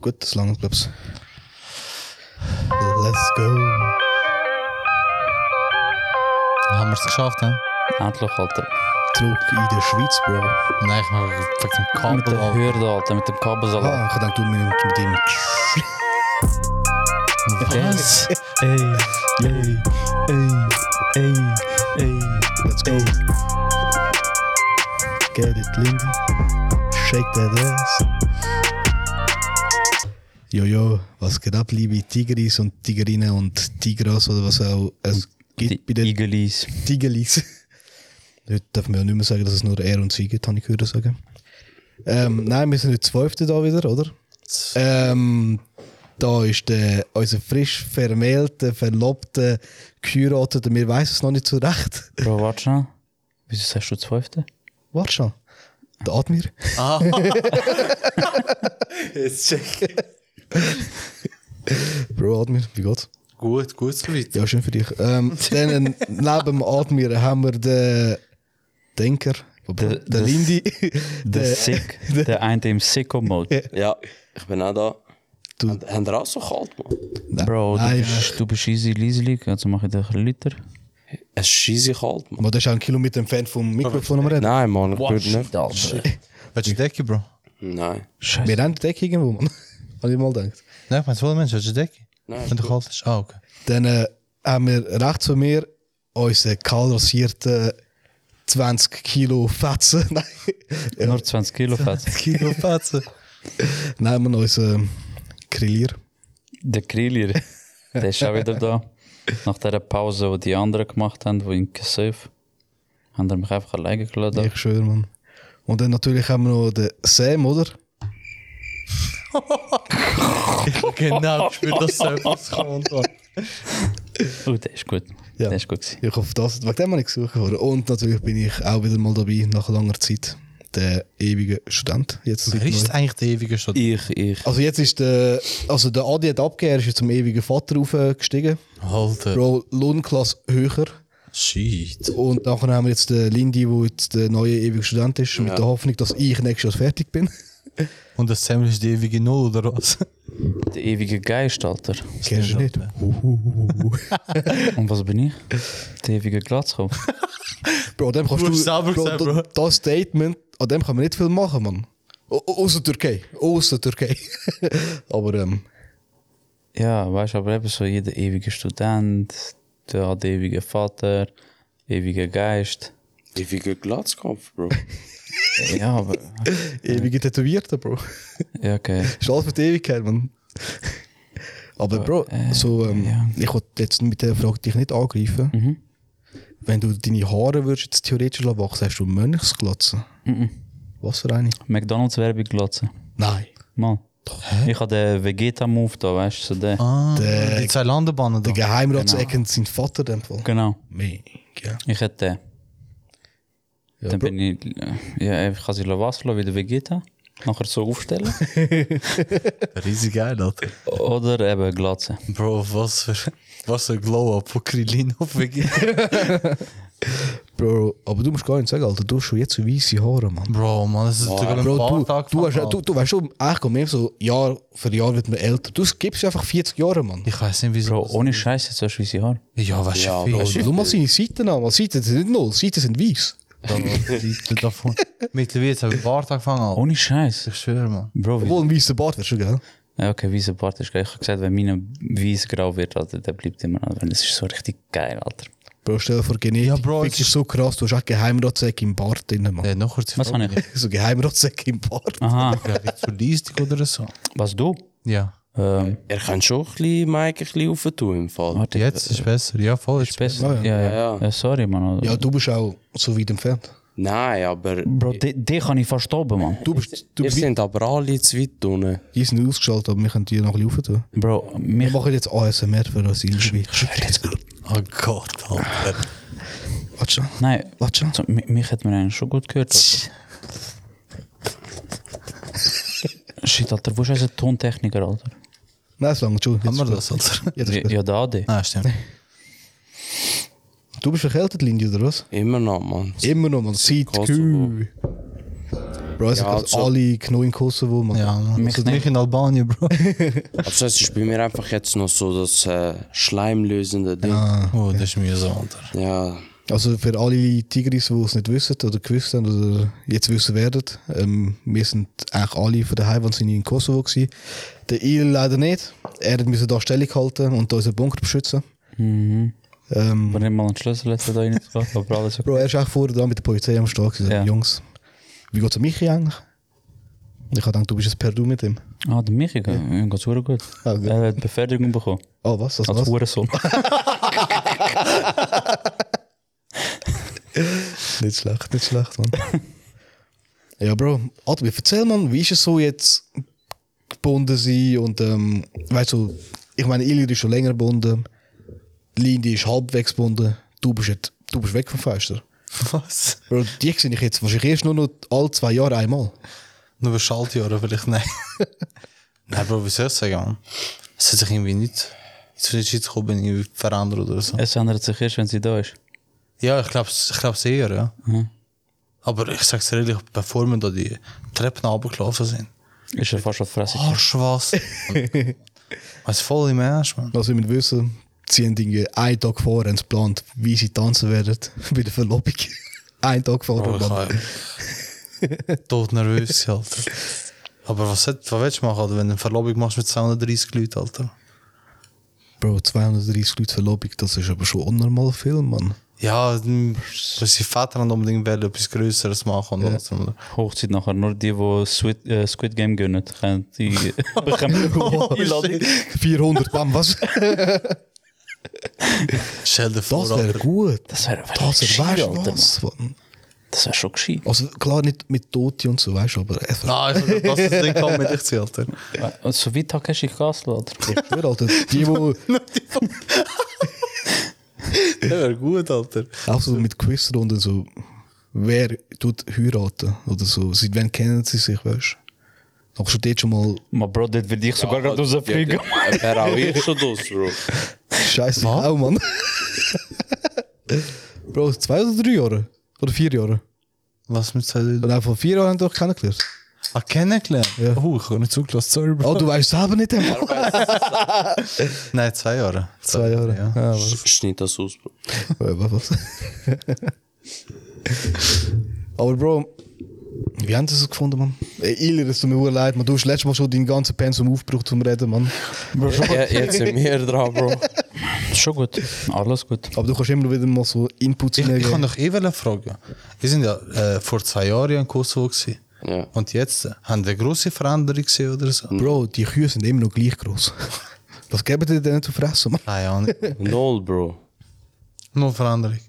Gut, solange du bleibst. Let's go. Haben wir es geschafft, hä? Endlich, Alter. Zurück in der Schweiz, Bro. Nein, ich mache perfekt zum mit Kabel. der Alter. Hürde, Alter, mit dem Kabelsalat. Ah, ich denke, du mit, mit dem. Ah, Was? ey, ey, ey, ey, ey. Let's go. Get it, Lindy. Shake that ass. Jojo, was geht ab, liebe Tigris und Tigerinnen und Tigras oder was auch es gibt bei Die den Igelis. Tigelis. Heute dürfen wir ja nicht mehr sagen, dass es nur er und sie gibt, habe ich gehört sagen. Ähm, nein, wir sind heute Zwölfte da wieder, oder? Ähm, da ist der, unser frisch vermählte, verlobte, geheiratete, wir wissen es noch nicht so recht. Bro, warte schnell. Wieso sagst du 12.? Warte schon. Der Admir. Jetzt check. Bro, Admir, wie geht's? Gut, gut soweit. Ja, schön für dich. Ähm, dann neben dem Admir haben wir den Denker, der Der- der- Lindy. Der Äh. Sick. Der eine im Sicko-Mode. Ja, ich bin auch da. Du- Haben- Haben wir auch so kalt, Mann? Bro, du Nein, bist, du bist easy leiselig, also mach ich dich ein Liter. Es ist scheisse kalt, Mann. Man, das ist auch ein Kilometer entfernt vom Mikrofon am Reden. Nein, Mann, ich würde nicht. Alter. Willst du Decke, Bro? Nein. Wir haben die Decke irgendwo, Mann. Habe ich mal gedacht. Nein, ich meine, voll Mensch, willst du Decke? Nein, Wenn du kalt ist. Ah, okay. Dann äh, haben wir rechts von mir unseren kahl rasierten 20 Kilo Fetzen. Nein, ja, Nur 20 Kilo fett. Kilo Fetzen. nein man, unseren Grillier. Der Krillier, der ist auch wieder da. Nach der Pause, die die anderen gemacht haben, die in Kassif, haben die mich einfach alleine geladen. Ich schwöre, Mann. Und dann natürlich haben wir noch den Sam, oder? genau, ich spüre, dass so etwas kommt. Mann. Oh, der ist gut. Ja. Der ist gut gewesen. Ich hoffe, das, wegen dem habe ich gesucht. worden. Und natürlich bin ich auch wieder mal dabei, nach langer Zeit, der ewige Student. Jetzt seit Wer ist neuem. eigentlich der ewige Stadt? Ich, ich. also jetzt ist der, also der Adi hat abgegeben, er ist jetzt zum ewigen Vater aufgestiegen. Alter. Bro, Lohnklasse höher. Shit. Und nachher haben wir jetzt den Lindy, der jetzt der neue ewige Student ist, mit der Hoffnung, dass ich nächstes Jahr fertig bin. Und das Samuel ist die ewige Null, oder was? Der ewige Geist, Alter. Kennst du nicht? Und was bin ich? Der ewige Glatzkopf. Bro, an dem kannst Du du, hast selber bro, gesagt, da- Bro. das Statement, an dem kann man nicht viel machen, Mann. O- o- Außer Türkei. Außer Türkei. Aber ähm, Ja, weißt du, aber eben so jeder ewige Student, der hat ewige Vater, ewiger Geist. Ewiger Glatzkopf, Bro. Ja, aber. ewige Tätowierte, Bro. Ja, okay. Ist alles für die Ewigkeit, Mann. Aber Bro, äh, so, ähm, ja. ich wollte jetzt mit der Frage dich nicht angreifen. Mhm. Wenn du deine Haare würdest jetzt theoretisch lassen wachsen, hast du Mönchsglatze? Mhm. Was für eine? McDonalds-Werbung glotzen. Nein. Mal. Ich habe den Vegeta-Move da, weißt du, so den. Ah, Der- die zwei Landebahnen da. Der Geheimratsecken sind Vater in dem Fall. Genau. Mega. Ich hätte den. Ja, Dann Bro. bin ich. Ja, ich kann sie wasseln wie der Vegeta. Nachher so aufstellen. Riesig geil, Alter. Oder eben glotzen. Bro, was für, was für Glow-Up von Krillin auf Wiki. Bro, aber du musst gar nicht sagen, Alter, du hast schon jetzt so weiße Haare, Mann. Bro, man, das ist sogar ein paar Bro, du, Tage du, von- hast, du, du weißt schon, eigentlich kommt mir so Jahr für Jahr wird man älter. Du gibst ja einfach 40 Jahre, Mann. Ich weiß nicht, wieso. Bro, ohne Scheiß, jetzt hast du weiße Haare. ja, weißt Ja, du, viel. Bro. Weißt Schau mal seine Seiten an, Mann. Seiten sind nicht null, Seiten sind weiß. du, davon. Mittlerweile jetzt habe ich Bart angefangen, Alter. Ohne Scheiß. Ich schwöre, man. Bro, wie. Obwohl ein weißer Bart wäre schon, gell? Ja, okay, weißer Bart ist geil. Ich habe gesagt, wenn meiner weiß grau wird, Alter, der bleibt immer an. Weil das ist so richtig geil, Alter. Bro, stell dir vor, Genetik Ja, Bro, Fick es ist so krass, du hast auch Geheimratseck im Bart drin, Mann. Nee, noch kurz. Was habe ich? So Geheimratseck im Bart. Aha. Zur Leistung oder so. Was du? Ja. Ähm, Er kann schon ein bisschen, Mike, ein bisschen rauf tun im Fall. warte, Jetzt ist besser. Ja, voll. Ist besser. besser. Ja, ja. Ja, ja. Ja, sorry, Mann. Ja, du bist auch so weit entfernt. Nein, aber. Bro, den den kann ich fast oben, Mann. Du bist, du Wir bist, sind aber alle zu weit unten. die sind ausgeschaltet, aber wir können die noch ein bisschen tun. Bro, Wir mich. machen jetzt ASMR für uns in der Schweiz. Oh Gott, Alter. Warte schon, Nein, warte schon. so, mi- mich hat man eigentlich schon gut gehört. Alter. Shit, Alter, wo ist unser Tontechniker, Alter? Nein, es langt, Entschuldigung. Haben jetzt wir ist das, Alter? gut. Jetzt ist Ja, gut. ja der AD. Nein, stimmt. Du bist verkältet, Lindy, oder was? Immer noch, Mann. Also, Immer noch, man sieht Kosovo. Kühe. Bro, es Ja, hat also- alle Knie in Kosovo, man. Ja, man. Mich Das nicht in Albanien, Bro. Also es ist bei mir einfach jetzt noch so das äh, schleimlösende Ding. Ja. Oh, das ist mühsam, Alter. Also für alle Tigris, die es nicht wissen oder gewusst haben oder jetzt wissen werden, ähm, wir sind eigentlich alle von daheim, als sind in Kosovo gewesen. Der Il leider nicht. Er hat müssen da Stellung halten und unseren Bunker beschützen. Ähm, Wenn ich mal einen Schlüssel hätte, da reinzukommen, aber alles okay. Bro, er ist auch vorher da mit der Polizei am Start gewesen. Ja. Jungs, wie geht's Michi eigentlich? Ich habe gedacht, du bist jetzt per Du mit ihm. Ah, der Michi, ja. ja, geht's super gut. Ah, gut. Er hat Beförderung bekommen. Oh, was? Das Als was? Hurensohn. Nicht schlecht, nicht schlecht, Mann. ja, Bro, Admin, erzähl mal, wie ist es so jetzt gebunden sein und ähm, weißt du, ich meine, Ilir ist schon länger gebunden, Lindy ist halbwegs gebunden, du bist, jetzt, du bist weg vom Fenster. Was? Bro, die sehe ich jetzt wahrscheinlich erst nur noch alle zwei Jahre einmal. Nur über Schaltjahre vielleicht, nein. nein, Bro, wie soll ich sagen, man? Es hat sich irgendwie nicht... Jetzt bin ich jetzt gekommen, irgendwie verändert oder so. Es ändert sich erst, wenn sie da ist. Ja, ich glaube ich glaub's eher, ja. Aber ich sag's ehrlich, bevor wir da die Treppen runtergelaufen sind, Ist er fast auf die Fresse. gekommen. Arsch was. was voll im Arsch, man. Also, wir wissen, sie haben irgendwie einen Tag vorher geplant, wie sie tanzen werden bei der Verlobung. einen Tag vorher. Bro, ich Mann. war tot nervös, Alter. Aber was, hat, was willst du machen, Alter, wenn du eine Verlobung machst mit 230 Leuten, Alter? Bro, 230 Leute Verlobung, das ist aber schon unnormal viel, Mann. Ja, mm, dus m, dass die Väter haben unbedingt wollen, etwas Größeres machen. Und so. Hochzeit nachher nur die, die Squid, äh, Squid Game gönnen. können Die bekommen Oh, die Einladung. 400 Bam, was? Stell dir vor, Das wäre Alter. gut. Das wäre wär Das gescheit, wäre Alter, Mann. was. Mann. Das wäre schon gescheit. Also klar, nicht mit Toti und so, weißt du, aber einfach. Nein, ich hab gedacht, das Ding kommt mit dich zu, Alter. Und Äh, so wie Takeshi Castle, Alter. Ich schwöre, Alter, die, wo Das wäre gut, Alter. auch so mit Quizrunden so, wer tut heiraten oder so, seit wann kennen sie sich, weißt du? Noch schon dort schon mal Maar bro, dit wil ik sogar gerade ja, rausfliegen. ja, wäre auch ich schon das, Bro. Scheiße, auch Mann. Bro, zwei oder drei Jahre? Oder vier Jahre? Was mit zwei Leuten? Und auch vor vier Jahren haben wir doch kennengelernt. Ah, kennengelernt? Ja. Oh, ich habe nicht zugelassen, sorry, Bro. Oh, du weißt selber nicht, Mann. Nein, zwei Jahre. Zwei Jahre. Ja. Ah, was? Schneid das aus, Bro. Äh, was- was? Aber Bro, wie haben sie es gefunden, Mann? Ey, Ilir, es tut mir hure leid, man. Du hast letztes Mal schon deinen ganzen Pensum aufgebraucht zum Reden, Mann. Ja, jetzt sind wir dran, Bro. Schon gut. Alles gut. Aber du kannst immer wieder mal so Inputs Ich, ich kann hineingeben. doch eh wollen fragen. Wir sind ja äh, vor zwei Jahren ja in Kosovo. Gewesen. Ja. Und jetzt äh, haben wir eine grosse Veränderung gesehen oder so? Bro, die Kühe sind immer noch gleich groß. Das geben die denen zu fressen, Mann. Keine Ahnung. Null, Bro. Nur Veränderung.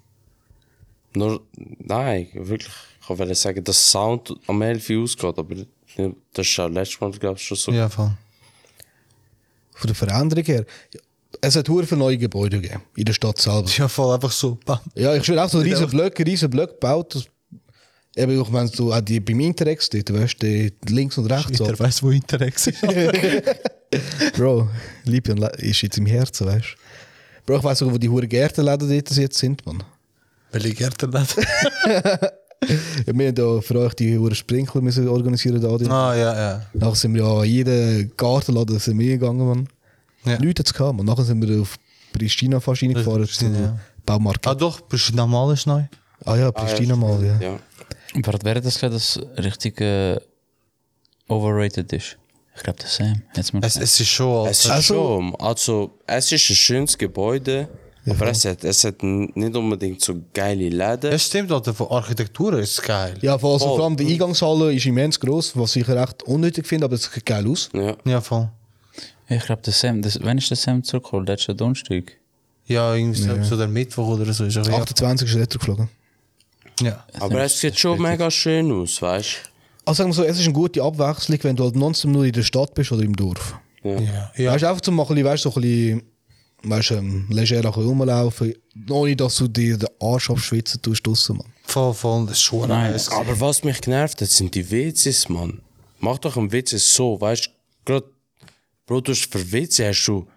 Nur, nein, wirklich. Ich wollte sagen, dass Sound am 11 Uhr ausgeht, aber das ist ja letztes Mal, glaube ich, schon so. Ja, voll. Von der Veränderung her. Es hat hure viele neue Gebäude gegeben. In der Stadt selber. Ja, voll einfach so. Bam. Ja, ich schwöre auch so riesen Blöcke, riesen Blöcke gebaut. Das- Eben, ich meine, so, auch die beim Interrex dort, weißt du, die links und rechts. Jeder weiß, wo Interrex ist. Bro, Liebe und Le- ist jetzt im Herzen, weißt du? Bro, ich weiß sogar, wo die hohen Gärtenläden dort jetzt sind, Mann. Welche Gärten das? Ja, wir haben da für euch die hohen Sprinkler müssen organisieren da. dort. ah, ja, ja. Nachher sind wir ja an jeden Gartenladen sind wir gegangen, Mann. Ja. Nichts hat's gehabt, Mann. Nachher sind wir auf Pristina fast reingefahren, Pristina, zum ja. Baumarkt. Ah, doch, bist du normal ist neu? Ah eh, ja, Pristina mal, ja. Ja. Maar het werd is dat is richtig eh, overrated is. Ik glaube, das Sam. Jetzt mal. Es, es ist schon. Es ist Alter. schon, also es ist ein schönes Gebäude, aber es hat, es hat n- nicht unbedingt so geile Läden. ja, stimmt, Alter. Von Architektur ist es geil. Ja, vor, also, Oh. Voll. vor allem die Eingangshalle ist immens gross, was ich recht unnötig finde, aber es sieht geil aus. Ja. Ja, voll. Ich glaube, der Sam. Das, wann ist der Sam zurückgekommen? Letzten Donnerstag. Ja, irgendwie so- so der Mittwoch oder so. Ist auch, ja. 28 ist er geflogen. ja. Aber es sieht schon mega schön aus, weißt Also sagen wir so, es ist eine gute Abwechslung, wenn du halt nonstop nur in der Stadt bist oder im Dorf. Ja. Ja. ja. Weißt du, einfach zum mal ein bisschen, weißt, du, so ein bisschen, weißt, du, ähm, leger ein bisschen rumlaufen, ohne dass du dir den Arsch abschwitzen tust draussen, Mann. Voll, voll. Das ist schon Nein. nice. du? Aber was mich genervt hat, sind die WCs, Mann. Mach doch einen WC so, weißt du? Gerade, Bro, du hast für WC hast du,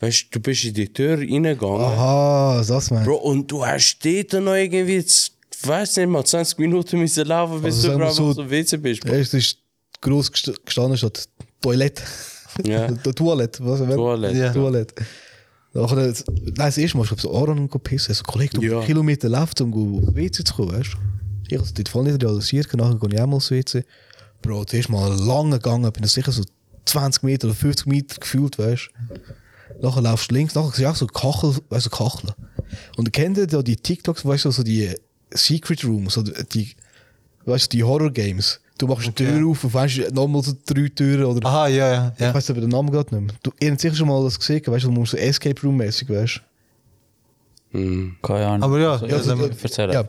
weißt du, du Ah. bist in die Tür reingegangen. Aha, Ah, das meinst Bro, und du hast dort noch irgendwie z- weiß nicht mal, 20 Minuten müssen laufen, bis Also du sagen wir gerade so, so, so WC bist. Ja, Es ist groß gest- gestanden statt Toilette. Ja. Der Toilette, was? Toilette. Ja. Toilette. Nachher, jetzt- nein, das erste Mal, ich glaube, so Aaron und go pissen. So, Kollege, du Ja. einen Kilometer läuft, um go auf WC zu kommen, weißt du? Ich habe es dort voll nicht realisiert, nachher gehe ich auch mal aufs WC. Bro, das ist mal lange gegangen, bin da sicher so 20 Meter oder 50 Meter gefühlt, weißt du? Nachher laufst du links, nachher siehst du auch so Kachel, weißt du, Kacheln. Und kennt ihr da die TikToks, weißt du, so die Secret Rooms, oder die, weißt du, die Horror Games? Du machst eine Tür auf und weißt nochmal so drei Türen oder Aha, ja, Ah, ja. ich ja. weiß aber den Namen gerade nicht mehr. Du, ihr habt sicher schon mal das gesehen, weißt du, wo man so Escape Room-mäßig weißt. Keine Ahnung. Aber ja, ja, ja, also, also- ich erzähle. Ja.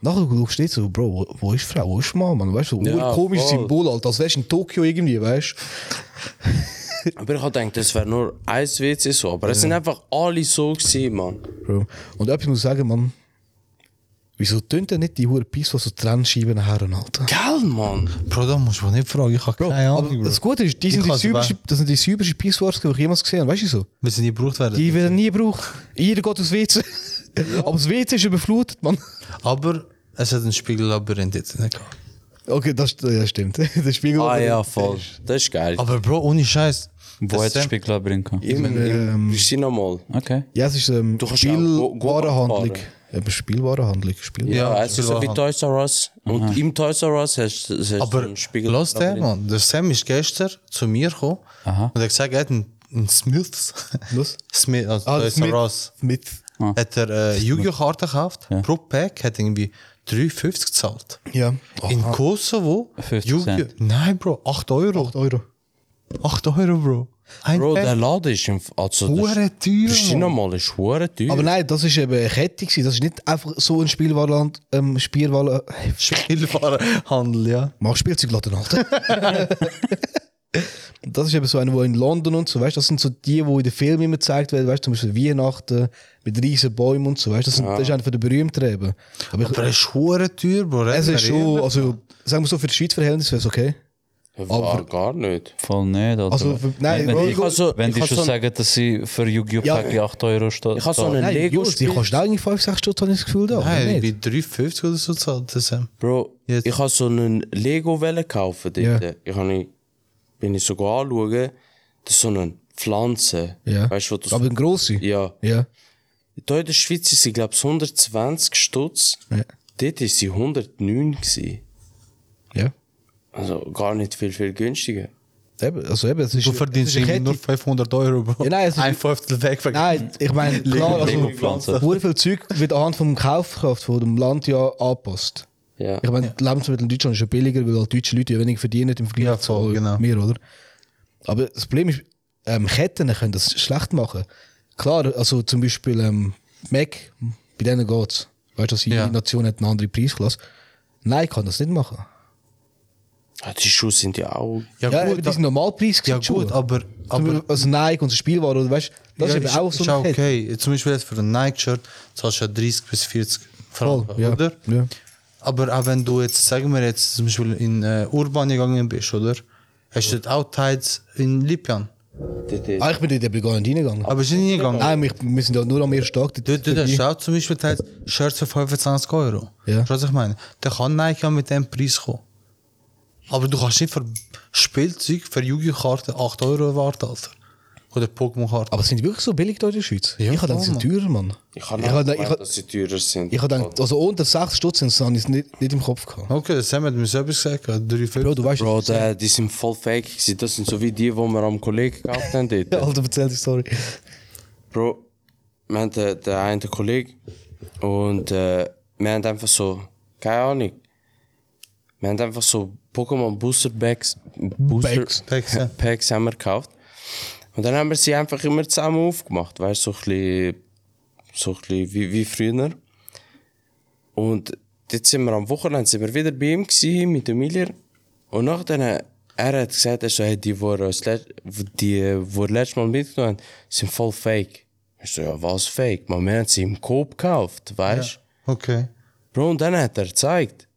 Nachher guckst du nicht so, Bro, wo- wo ist die Frau, wo ist die Mann, man? Weißt du, so Ja, ja, komisches voll. Symbol, Alter, als wärst du in Tokio irgendwie, weißt du? Aber ich habe gedacht, das wäre nur ein WC so. Aber es sind einfach alle so gewesen, Mann. Bro. Und etwas muss ich sagen, Mann, wieso tönt denn nicht die Huren Piss, was so Trennscheiben nachher, Alter? Gell, Mann? Bro, da musst du mich nicht fragen. Ich habe keine Aber Ahnung, Bro. das Gute ist, Ah, die Ich sind die kann's aber- saubersten- das sind die saubersten Pisswars, die ich jemals gesehen habe, weißt du so? Wir sind nicht gebraucht werden. Die werden nie gebraucht. Jeder geht aufs WC. Aber das WC ist überflutet, Mann. Aber es hat einen Spiegellabyrinth jetzt nicht gehabt. Okay, das, das stimmt. Der Spiegel Ah ja, voll. Das ist geil. Aber Bro, ohne Scheiß. Wo das hättest du Sam- Spiegel abbringen können? Immer, ähm, ich noch mal. Okay. Ja, es ist ähm, Du kannst auch Go- Go-Kart Spielwarenhandlung. fahren. Eben Spielwarenhandlung. Spiel Ja, Ja, also Spiel so wie war- Toys R Us. Und im Toys R Us hast du hast du Aber einen Spiegel. lass den, Mann. Der Sam ist gestern zu mir gekommen und hat gesagt, er hat einen, einen Smiths. Los. Smith, also Ah, ah, das Toys mit, R Us. mit. Ah. Hat er äh, Yu-Gi-Oh-Karten gekauft. Pro Pack hat irgendwie 3,50 gezahlt. Ja. In Kosovo? 50 Yu-Gi-Oh! Cent. Nein, Bro, 8 Euro. 8 Euro. 8 Euro, Bro. Ein Bro, der Pack. Laden ist im. Also, Hure teuer, Versteh Mann. nochmal, ist hure teuer. Aber nein, das ist eben eine Kette. gewesen. Das ist nicht einfach so ein Spielwarenland. Ähm, Spielwaren. Spielwarenhandel, ja. Mach Spielzeugladen, Alter. Und das ist eben so einer, der in London und so, weißt du, das sind so die, wo in den Filmen immer gezeigt werden, weißt du, zum Beispiel Weihnachten mit riesen Bäumen und so, weißt du, das, sind- das ist einer von den berühmten eben. Aber, ich, Aber es ist hure teuer, Bro. es Reden ist wir schon, ehrlich. also, sagen wir so, für die Schweizer Verhältnisse wäre es okay. War gar nicht. Voll nicht, Alter. Also, für- nein, wenn, Bro, wenn, ich- die- also, wenn ich die hab schon so ein- sagen, dass sie für Yu-Gi-Oh! Ja. Pack 8 Euro sta- Ich hab so zahlen. einen Nein, Jungs, die Lego-Spiel. kannst du auch irgendwie 5, 6 Stunden ins Gefühl da. Nein, oder nicht? irgendwie 3,50 oder so zahlt der Sam. Bro, Jetzt. ich habe so einen Lego Welle kaufen dort. Ich habe, wenn ich sogar anschaue, das ist so eine Pflanze. Ja. Weißt du, was das Aber ein grosser? Ja. Ja. Hier in der Schweiz ist sie, glaube ich, 120 Stutz. Ja. Dort war sie 109. Gewesen. ja. Also gar nicht viel, viel günstiger. Eben, also eben, es ist, Du verdienst es ist irgendwie eine nur Kette. 500 Euro, Bro. Ja, nein, es ist- ein Fünftel weg von Nein, ich meine, klar, also, Lego-Pflanze. sehr viel Zeug wird anhand vom Kaufkraft von dem Land ja angepasst. Ja. Ich meine, die Lebensmittel in Deutschland ist ja billiger, weil halt deutsche Leute ja weniger verdienen im Vergleich Ja, zu voll, genau. mir, oder? Aber das Problem ist, ähm, Ketten können das schlecht machen. Klar, also zum Beispiel ähm, Mac, bei denen geht's. Weißt du, dass jede Ja. Nation hat eine andere Preisklasse. Nein, kann das nicht machen. Ah, die Schuhe sind ja auch. Ja, gut, die sind Normalpreis ja, gewesen, gut, Schuhe. aber- Zum aber- Beispiel, also Nike und so Spielwaren, oder weißt du, das ja, ist eben auch so ist eine auch Kette. okay. Zum Beispiel jetzt für ein Nike-Shirt zahlst du ja 30 bis 40 Voll, Franken, ja. oder? Ja. Aber auch wenn du jetzt, sagen wir jetzt, zum Beispiel in äh, Urban gegangen bist, oder? Hast du dort auch Tides in Libyen. Dort ist- Ah, ich bin dort eben gar nicht reingegangen. Aber bist du nicht gegangen? Nein, wir, wir sind ja nur am ersten Tag. dort Dort, dort hast vorbei. du auch zum Beispiel Tides Shirts für 25 Euro. Ja. Weißt du, was ich meine? Der kann Nike ja mit dem Preis kommen. Aber du kannst nicht für Spielzeug, für Yu-Gi-Karten 8 Euro erwarten, Alter. Oder Pokémon-Karten. aber sind die wirklich so billig da in der Schweiz? Ja, ich habe gedacht, sie voll, sind teurer, Mann. Ich habe ich nicht hab- gemeint, ich hab- dass sie teurer sind. ich habe gedacht, also unter 6 Stutz sind sie, habe ich es nicht, nicht im Kopf gehabt. Okay, Sam hat mir so etwas gesagt. 3,50. Bro, du weißt Bro, der, die sind voll fake. gewesen. Das sind so wie die, die wir am Kollegen gekauft haben. Dort. Alter, erzähl die Story. Bro, wir haben den, den einen Kollegen und äh, wir haben einfach so, keine Ahnung, wir haben einfach so Pokémon Booster Bags, Booster Bags. Packs, ja. Packs haben wir gekauft. Und dann haben wir sie einfach immer zusammen aufgemacht, weißt du, so ein bisschen, so ein bisschen wie, wie früher. Und jetzt sind wir am Wochenende sind wir wieder bei ihm gewesen, mit Emilia. Und nachdem, er hat gesagt, er so, hey, die, die, uns let- die, die wir letztes Mal mitgenommen haben, sind voll fake. Ich so, ja, was fake? Man, wir haben sie im Coop gekauft, weißt du? Okay. Bro, und dann hat er gezeigt.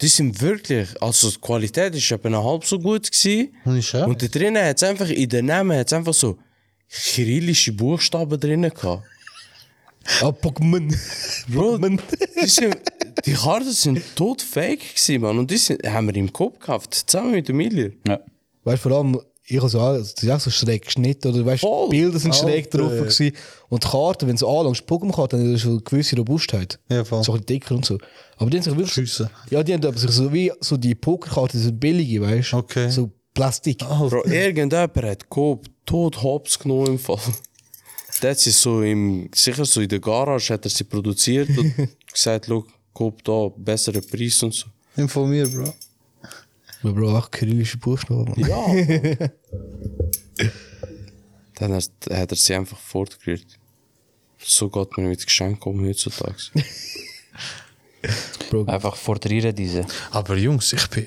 Die sind wirklich, also die Qualität ist etwa noch halb so gut gewesen. Und ich auch. Und da drinnen hat es einfach, in den Namen hat es einfach so kyrillische Buchstaben drinnen gehabt. Ah, Pokémon. Bro, die sind, Die Karten sind tot fake gewesen, Mann. Und die sind, haben wir im Kopf gehabt, zusammen mit dem Milieu. Ja. Weißt du, vor allem, ich habe so, auch- es ist auch so schräg geschnitten, oder weißt du, Voll. die Bilder sind schräg Alter. drauf gewesen. Und die Karten, wenn du sie anlangst, Pokémon-Karten, dann ist schon eine gewisse Robustheit. Ja, voll. So ein bisschen dicker und so. Aber die haben sich wirklich. Schüsse. Ja, die haben aber sich so wie so die Pokerkarten, so billige, weißt du? Okay. Oh, So Plastik. Bro, irgendjemand hat Coop tot hops genommen im Fall. Das ist so im, sicher so in der Garage hat er sie produziert und gesagt, schau, Coop da, bessere Preis und so. Informier, Bro. Wir brauchen auch kyrillische Buchstaben. Mann. Ja. Dann hat, hat er sie einfach fortgerührt. So geht man mit Geschenken um heutzutage. Einfach forderieren diese. Aber Jungs, ich bin,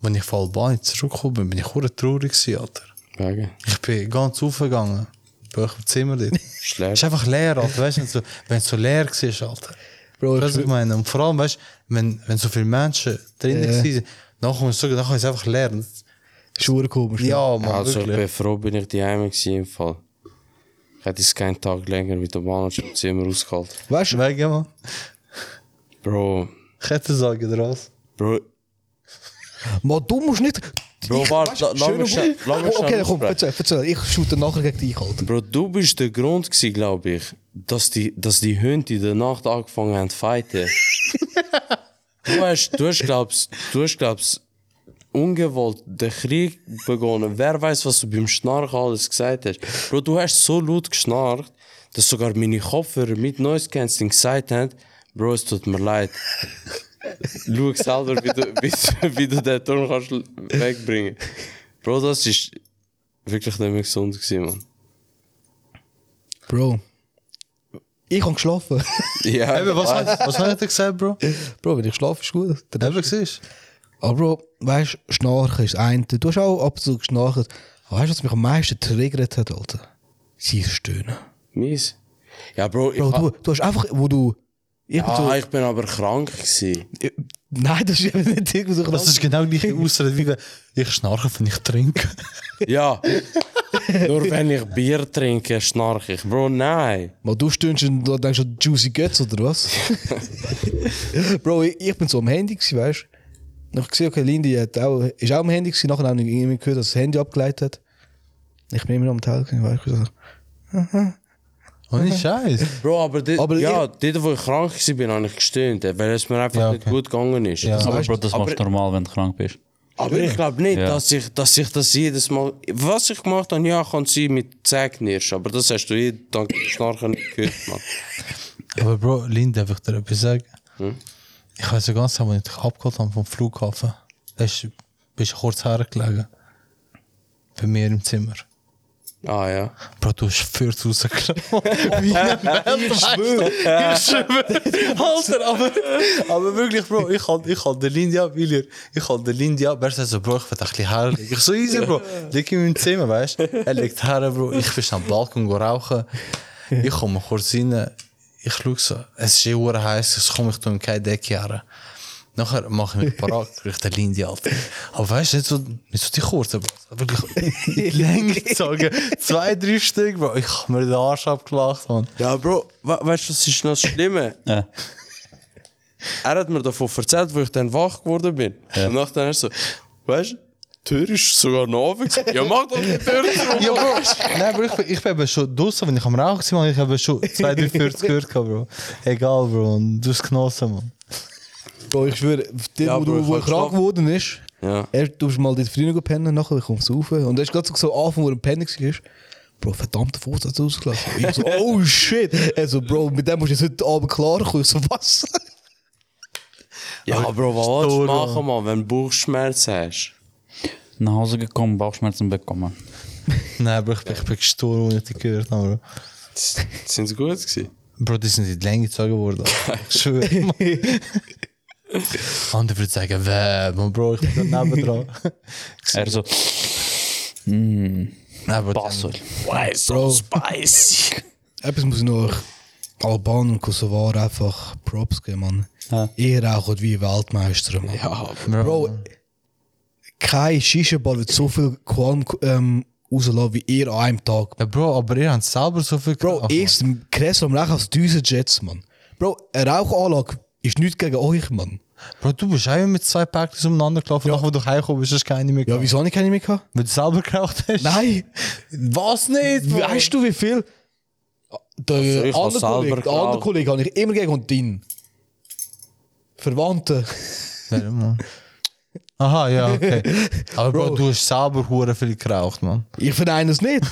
wenn ich von Albanien zurückgekommen bin, bin ich hure traurig gewesen, Alter. Wegen. Ich bin ganz aufgegangen. Bei euch im Zimmer dort. Schlecht. ist einfach leer, Alter. Weißt du, wenn so- wenn es so leer war, Alter. Bro, Weißt du, was ich, ich meine? Und vor allem, weißt du, wenn, wenn so viele Menschen drin Ja. waren, nachher ist es so- nachher ist es einfach leer. Schuhe komisch. ne? Ja, Mann, Also, ich wirklich. bin froh, bin ich die Heime gewesen im Fall. Ich hätte es keinen Tag länger mit der Manager im Zimmer ausgehalten. Weißt du, Wegen, Mann. Bro, Kettensage draus. Bro, Mann, du musst nicht. Bro, Ich- warte, weißt la- lass schöner mich schnell- Buch- lass mich Okay, schnell komm, aussprechen. erzähl, erzähl. Ich shoote nachher gegen dich, Alter. Bro, du bist der Grund gewesen, glaube ich, dass die, dass die Hunde in der Nacht angefangen haben zu fighten. du hast, du hast, glaubst, du hast, glaubst, ungewollt den Krieg begonnen. Wer weiß, was du beim Schnarchen alles gesagt hast. Bro, du hast so laut geschnarcht, dass sogar meine Kopfhörer mit Noise Cancelling gesagt haben, Bro, es tut mir leid. Schau selber, wie du, wie, du- wie du den Ton kannst wegbringen. Bro, das ist wirklich nicht mehr gesund gewesen, Mann. Bro. Ich habe geschlafen. Ja, Eben, was, hat- was hat er gesagt, Bro? Bro, wenn ich schlafe, ist gut. Dann Eben, siehst du? Aber Oh, Bro, weißt du, Schnarchen ist das eine. Du hast auch ab und zu geschnarcht. Aber weißt du, was mich am meisten triggert hat, Alter? Sein Stöhnen. mies. Ja, Bro, ich, Bro, ha- du, du hast einfach, wo du. Ich bin ah, so, ich bin aber krank gewesen. ich, nein, das ist eben nicht irgendwie so Das krass. ist dus genau die gleiche Ausrede, wie wenn ich schnarche, wenn ich trinke. Ja. Nur wenn ich Bier trinke, schnarche ich. Bro, nein. Mal du stöhnst und du denkst an Juicy Guts oder was? Bro, ich, ich bin so am Handy, gewesen, weißt du? Ich gesehen, okay, Lindy hat auch, ist auch am Handy, gewesen, nachher habe ich irgendwie gehört, dass das Handy abgeleitet hat. Ich bin immer noch am Telefon, weißt du? Ohne Scheiß. Bro, aber, dit, Aber ja, dort, wo ich krank gewesen bin, habe ich gestöhnt, eh, weil es mir einfach Ja, nicht okay. gut gegangen ist. Ja. Aber weißt Bro, du, das aber- machst du normal, wenn du krank bist. Aber ich glaube nicht, Ja. dass, ich, dass ich das jedes Mal. Was ich gemacht habe, ja, kann sein mit Zähnirsch, aber das hast du jeden Tag schnarchen nicht gehört, Mann. Aber Bro, Lin, darf ich dir etwas sagen? Ich weiß ja ganz genau, als ich dich abgeholt habe vom Flughafen. Da ist- bist du kurz hergelegen. Bei mir im Zimmer. Ah, ja. Bro, du hast Fürth rausgenommen. Wie ein Weltmeister. Ich schwöre. Alter, aber, aber wirklich, Bro, ich hab, ich hab den Lindy ab, Willier. Ich hab den Lindy ab. Er sagt so, Bro, ich will ein bisschen herlegen. Ich so, easy, Bro. Lieg in meinem Zimmer, weißt du. Er liegt her, Bro. Ich bin am Balkon go rauchen. Ich komme kurz rein. Ich schau so. Es ist eh hure heiß. Ich so, komm, ich tu ihm keine Decke her. Nachher mache ich mich parat, krieg den Lindy, Alter. Aber weißt du, nicht so, nicht so die kurzen, Bro. Wirklich, länger gezogen. Zwei, drei Stück, Bro. Ich hab mir den Arsch abgelacht, Mann. Ja, Bro, weißt du, das ist noch das Schlimme. Ja. Er hat mir davon erzählt, wo ich dann wach geworden bin. Und nachher er so, weißt du, die Tür ist sogar noch offen. gewesen. Ja, mach doch die Tür zu. Ja, Bro. Nein, Bro, ich, bin- ich bin eben schon draußen, wenn ich am Rauchen war, ich habe schon 2, 3, 40 gehört, gehabt, Bro. Egal, Bro. Dus Und du hast genossen, Mann. Bro, ich schwöre, der, Ja, wo, Bro, du, ich wo hab krank geschlafen. geworden ist, Ja. Erst tust du mal dort früher pennen, nachher kommst du rauf. Und das ist gerade so- so am Anfang, wo er am Pennen war. Bro, verdammte Fuß hat rausgelassen. Ich so, oh shit. Also, Bro, mit dem musst du jetzt heute Abend klarkommen. Ich so, was? Ja, Bro, was willst du Stor, machen, Mann, wenn du Bauchschmerzen hast? Nach Hause gekommen, Bauchschmerzen bekommen. Nein, Bro, ich bin, ich bin gestorben, als ich dich gehört habe, Bro. Sind sie gut gewesen? Bro, die sind in die Länge gezogen worden. Alter. Ich schwöre. Andere würden sagen, weh, Mann, Bro, ich bin da nebendran. Er Ah, so, Nein, Bro, Basel. Why so Bro. spicy? Etwas muss ich noch Albanien und Kosovar einfach Props geben, Mann. Ja. Ihr raucht wie Weltmeister, Mann. Ja, Bro. Bro, Bro, kein Shisha-Bar wird so viel Qualm ähm, rauslassen wie ihr an einem Tag. Ja, Bro, aber ihr habt selber so viel Bro, geraucht, Mann. ich im Kress am Rauch als Düsenjets, Mann. Bro, eine Rauchanlage Ist nichts gegen euch, Mann. Bro, du bist auch mit zwei Päckchen umeinander gelaufen, ja. nachdem du heimgekommen bist, hast du keine mehr Ja, Nou, gehabt. wieso habe ich keine mehr gehabt? Weil du selber geraucht hast? Nein! Was nicht, Bro? Weißt du, wie viel? Der ich andere hab's Kollege, selber der andere geklaut. Kollege habe ich immer gegen und deinen. Verwandte. Warte mal. Aha, ja, okay. Aber Bro, Bro. du hast selber hure viel geraucht, man. Ich verneine es nicht.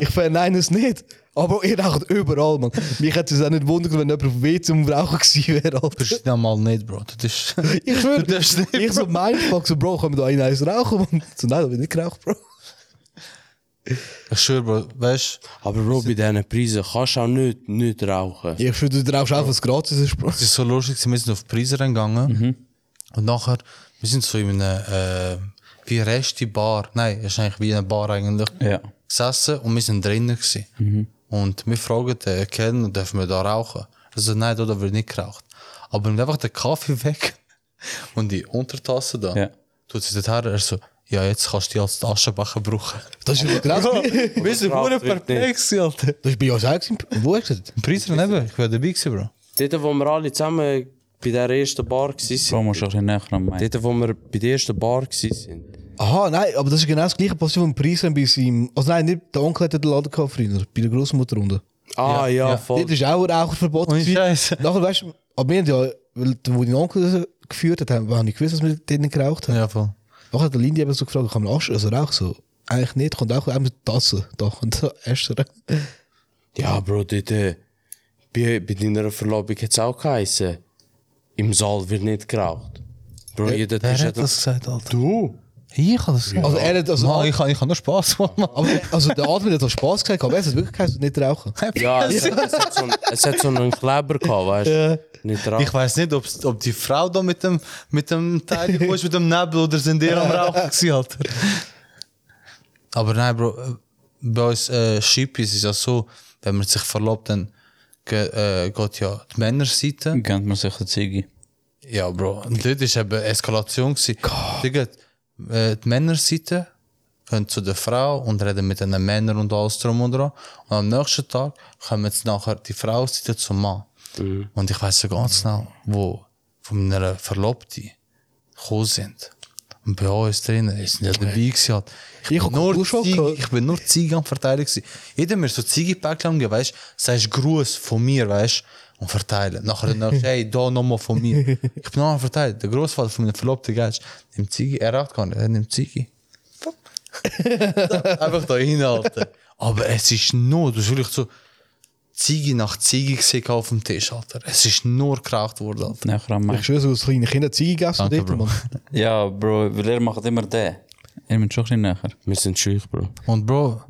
ich verneine es nicht. Aber ihr raucht überall, man. Mich hätte es auch nicht wundern, wenn jemand auf WC zum Rauchen gewesen wäre. Alter. Verstehe das mal nicht, Bro. Das ist... Ich würde. darfst nicht, Ich so Mindfuck, so Bro, können wir da einen eins rauchen? Man. So, nein, da bin ich nicht geraucht, Bro. ich schwöre, Bro, weißt du, Aber Bro, bei diesen Preisen kannst du auch nicht, nicht rauchen. Ich würde du rauchst auch, was gratis ist, Bro. es ist so lustig, wir sind auf die Preise gegangen. Und nachher, wir sind so in einer, äh, wie Resti Bar. Nein, es ist eigentlich wie eine Bar eigentlich. Ja. Gesessen und wir sind drinnen gewesen. Mhm. Und wir fragen den Kellner, dürfen wir da rauchen? Er sagt, nein, da da wird nicht geraucht. Aber nimmt einfach den Kaffee weg und die Untertasse da. Ja. Tut sie dort her, er so, ja, jetzt kannst du die als Aschenbecher brauchen. Das ist ja krass. Wir sind Vertraut nur wird perplex, Alter. Das ist bei uns auch. gewesen. Wo hast du das? Preisen eben, ich wäre dabei gewesen, Bro. Dort, wo wir alle zusammen bei der ersten Bar Bro, waren, musst du ein bisschen näher an meinen. dort, wo wir bei der ersten Bar waren, Aha, nein, aber das ist genau das gleiche passiert vom Preis bei seinem. Also nein, nicht der Onkel hat den Laden gehabt früher, bei der Großmutter unten. Ah, ja, ja. voll. Dort ist auch ein Raucherverbot. Ohne gewesen. Scheiße. Nachher weißt du, aber wir haben ja, weil der, wo dein Onkel das geführt hat, haben wir nicht gewusst, dass wir den nicht geraucht haben. Ja, voll. Nachher hat der Lindy eben so gefragt, kann man Asche, also Rauch so? Eigentlich nicht, kommt auch mit Tassen, da kommt Asche rein. Ja, Bro, dort, äh, bei, bei deiner Verlobung hat es auch geheißen, im Saal wird nicht geraucht. Bro, jeder Wer Tisch hat das gesagt, Alter? Du? Ich habe das gesagt. Also er hat, also, Mann, ich habe ich hab nur Spaß gemacht. Mann. aber, also der Admin hat auch Spaß gehabt, aber er hat wirklich geheißen, nicht rauchen. Ja, es, hat- es, hat so einen, es hat so einen Kleber gehabt, weißt du? Nicht rauchen. Ich weiß nicht, ob's, ob die Frau da mit dem, mit dem Teil gekommen ist, mit dem Nebel oder sind die am Rauchen gewesen, Alter. Aber nein, Bro, äh, bei uns äh, Schippis ist ja so, wenn man sich verlobt, dann ge, äh, geht ja die Männerseite. Gönnt man sich eine Ziege. Ja, Bro, und dort war eben Eskalation. gewesen. Digga, äh, die Männerseite gehen zu der Frau und reden mit den Männern und alles drum und dran. Und am nächsten Tag kommen jetzt nachher die Frauseite zum Mann. Und ich weiss so ganz genau, wo von meiner Verlobten gekommen sind. Und bei uns drinnen, die sind ja dabei gewesen. halt. Ich, Ich bin hab nur Kulturschock Ziege, gehabt. ich bin nur Ziege am Verteilen gewesen. Jeder mir so Ziegepäckchen gegeben, weißt du, sagst Gruß von mir, weißt du, und verteilen. Nachher dann sagst du, hey, da nochmal von mir. Ich bin auch am Verteilen. Der Großvater von meinem Verlobten, Geist, nimmt Ziege, er raucht gar nicht, er nimmt Ziege. Einfach da hinhalten. Aber es ist nur, du hast wirklich so Ziege nach Ziege gesehen auf dem Tisch, Alter. Es ist nur geraucht worden, Alter. Näher an meinen. Ich schwöre, so als kleine Kinder Ziege gegessen Danke, dort, Bro. Mann. Ja, Bro, weil er macht immer den. Ihr müsst schon ein bisschen näher. Wir sind schüch, Bro. Und Bro,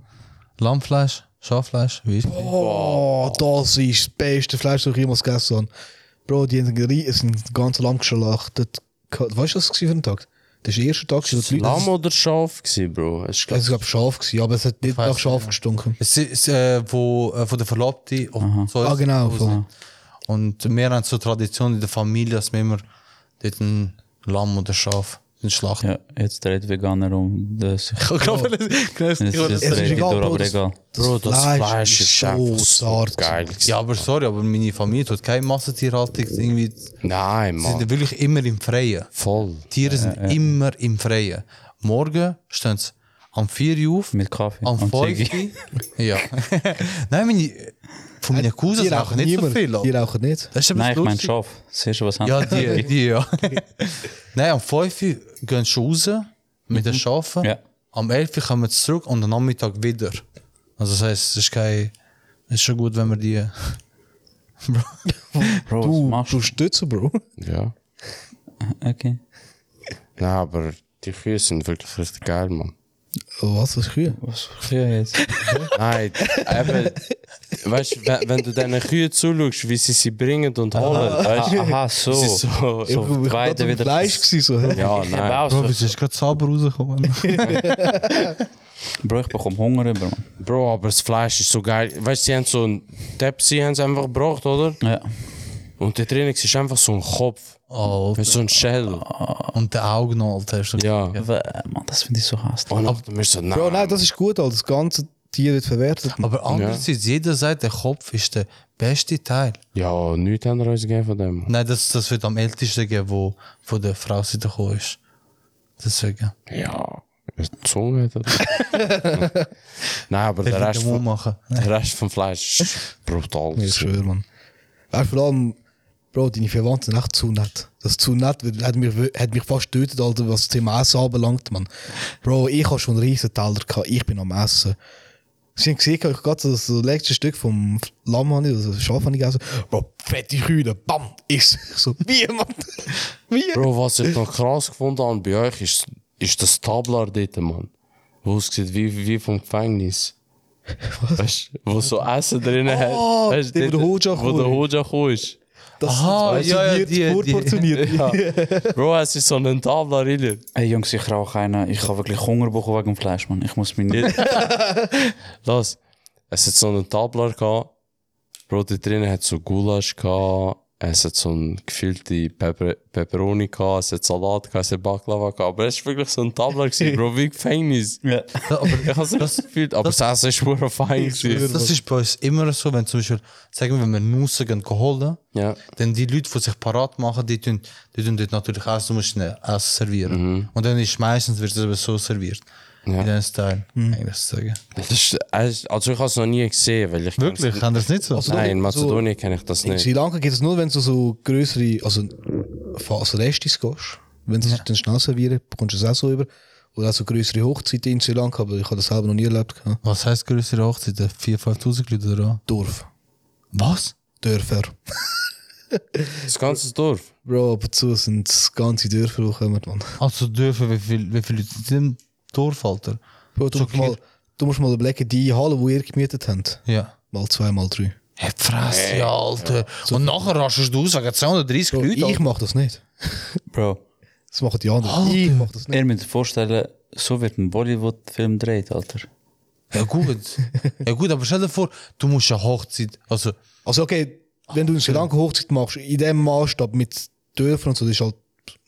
Lammfleisch, Schaffleisch, wie ist das? Oh, das ist das beste Fleisch, das ich jemals gegessen habe. Bro, die haben geri- es sind ganz lang geschlachtet. Weißt du, was das war für ein Tag? Das war der erste Tag, wo die Leute... Also, Lamm oder Schaf gewesen, Bro? Es ist, glaub, Es gab Schaf, gewesen, aber es hat nicht weiss nach Schaf gestunken. Es ist, äh, wo, äh, von der Verlobten. und So Ah, genau, so. voll. Und wir haben so Tradition in der Familie, dass wir immer dort ein Lamm oder Schaf schlachten. Ja, jetzt dreht Veganer um. Das ist Ich glaube, das- das- jetzt ich- dreht ist die egal, durch, Bro, dus- aber das- egal. Bro, das Fleisch, ist so so zart. so geil. gewesen. ja, aber sorry, aber meine Familie tut keine Massentierhaltung. Irgendwie sie Nein, Mann. sind wirklich immer im Freien. Voll. Tiere sind immer im Freien. Morgen stehen sie am 4 Uhr auf, Mit Kaffee. am und 5 Ziege. Uhr. Ja. Nein, meine, von meinen Cousins Die rauchen rauchen nicht so niemand. viel. Alter. Die rauchen nicht. Das ist aber Nein, ich lustig. meine Schaf. Siehst du, was haben Ja, die, die, ja. Nein, am 5 Uhr gehen sie raus mit den Schafen. Ja. Am 11 Uhr kommen sie zurück und am Nachmittag wieder. Also das heisst, es ist kein... Es ist schon gut, wenn wir die... Bro, was Du, machst du du? stützt, Bro. Ja. Okay. Nein, aber die Kühe sind wirklich richtig geil, Mann. Oh, Was, was Kühe? Was für Kühe jetzt? Nein, eben, weißt du, wenn, wenn du deinen Kühen zuschaust, wie sie sie bringen und Oh, holen, weißt du? Aha, so. Sie ist so so- ich war beide gerade wieder. wieder Fleisch gewesen, so. hä? Ja, Ich nein. hab auch so. ist gerade sauber rausgekommen? Bro, ich bekomme Hunger über, Mann. Bro, aber das Fleisch ist so geil. Weißt du, sie haben so ein Tepsi haben sie einfach gebraucht, oder? Ja. Und da drin ist einfach so ein Kopf. oh, Mit so ein Shell. und die Augen noch, Alter. hast du Ja. Mann, das finde ich so hässlich. Und dann mir so, nein. Bro, nein, das ist gut, Alter. Das ganze Tier wird verwertet. Aber andererseits, jeder sagt, der Kopf ist der beste Teil. Ja, nichts haben wir uns gegeben von dem. Nein, das, das wird am ältesten geben, wo, wo der Frau Seite gekommen ist. Deswegen. Ja, die Zunge hat er. Nein, aber Der wird der Nou, Rest, den Mund von, machen. der Rest vom Fleisch ist brutal. Ich schwöre, man. Aber vor allem, Bro, deine Verwandten sind echt zu nett. Das zu nett wird- hat mich, hat mich fast getötet, Alter, was das Thema Essen anbelangt, man. Bro, ich habe schon riesen Teller gehabt, ich bin am Essen. Sie haben gesehen, ich habe gerade das letzte Stück vom Lamm, habe ich, also Schaf habe ich gegessen. Bro, fette Hühner, bam, ist so, wie, man? Wie? Bro, was ich noch krass gefunden habe bei euch, ist, ist das Tablar dort, Mann. Wo es sieht wie, wie vom Gefängnis. Weißt du, wo so Essen drinnen hat. Oh, Weißt die, wo der Hoja dort- Wo der kam. Hoja gekommen ist. Das Aha, das ja, ja, die- die- vorportioniert. Bro, es ist so ein Tablar, Ilja. Hey Jungs, ich rauche einen. Ich habe eh, wirklich Hunger bekommen wegen dem Fleisch, Mann. Ich muss mich nicht. Lass, es hat so einen Tablar gehabt. Bro, da drinnen hat so Gulasch gehabt. Es hat so ein gefüllte Peper Peperoni gehabt. Es hat Salat gehabt. Es hat Baklava gehabt. Aber es ist wirklich so ein Tablar gewesen, Bro, wie Gefängnis. ja. Ja, aber Ich hab's das gefühlt, aber das Essen ist schwer fein gewesen. das ist bei uns immer so, wenn zum Beispiel, sagen wir, wenn wir Nussen gehen holen, Ja. dann die Leute, die sich parat machen, die tun, die tun dort natürlich auch, du musst ihnen Essen servieren. Und dann ist meistens wird es eben so serviert. In diesem Style, eigentlich zu sagen. Das ist, es- also ich habe es noch nie gesehen, weil ich... Wirklich? Kann das nicht so? Also, Nein, in so- Mazedonien kenne ich das In nicht. Sri Lanka gibt es nur, wenn du so größere, also fast Restis gehst. Wenn sie es dann schnell servieren, bekommst du es auch so über. Oder auch so größere Hochzeiten in Sri Lanka, aber ich habe das selber noch nie erlebt. gehabt. Was heisst größere Hochzeit? 4.000, 5.000 Leute oder was? Dorf. Was? Dörfer. Das ganze Dorf. Bro, ab und zu sind ganze Dörfer, die kommen, man. Also dürfen, wie viele wie viel Leute sind im Dorf, Alter? Bro, du, musst mal, du musst mal überlegen, die Halle, die ihr gemietet habt, Ja. mal zwei, mal drei. Hey, Fresse, Alter. Und nachher raschest du aus wegen 230 Bro, Leute. ich Alter. mache das nicht. Bro, Das machen die anderen. Ich mache das nicht. ihr müsst euch vorstellen, so wird ein Bollywood-Film gedreht, Alter. Ja, gut. ja, gut, aber stell dir vor, du musst eine Hochzeit. Also, Also okay, wenn du in Sri Lanka Hochzeit machst, in dem Maßstab mit Dörfern und so, das ist halt...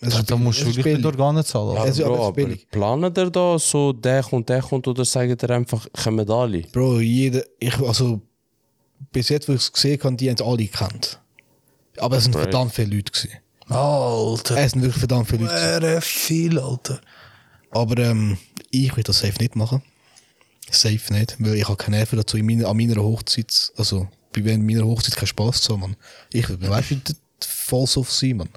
Es da musst du es ist wirklich mit billig. Organen zahlen. Alter. Also, aber Bro, es ist aber billig. planen der da so, der kommt, der kommt, oder sagen der einfach, kommen alle? Bro, jeder, ich, also bis jetzt, wo ich es gesehen habe, die Ah, haben es alle gekannt. Aber es sind verdammt viele Leute gewesen. Alter. Es sind wirklich verdammt viele Leute. gewesen. Wäre viel, Alter. Aber ähm, ich will das safe nicht machen. Safe nicht, weil ich habe keine Nerven dazu in meiner, an meiner Hochzeit, also bei wenn meiner Hochzeit keinen Spaß zu haben, Mann. Ich will, weißt du, wie voll soff sein, Mann.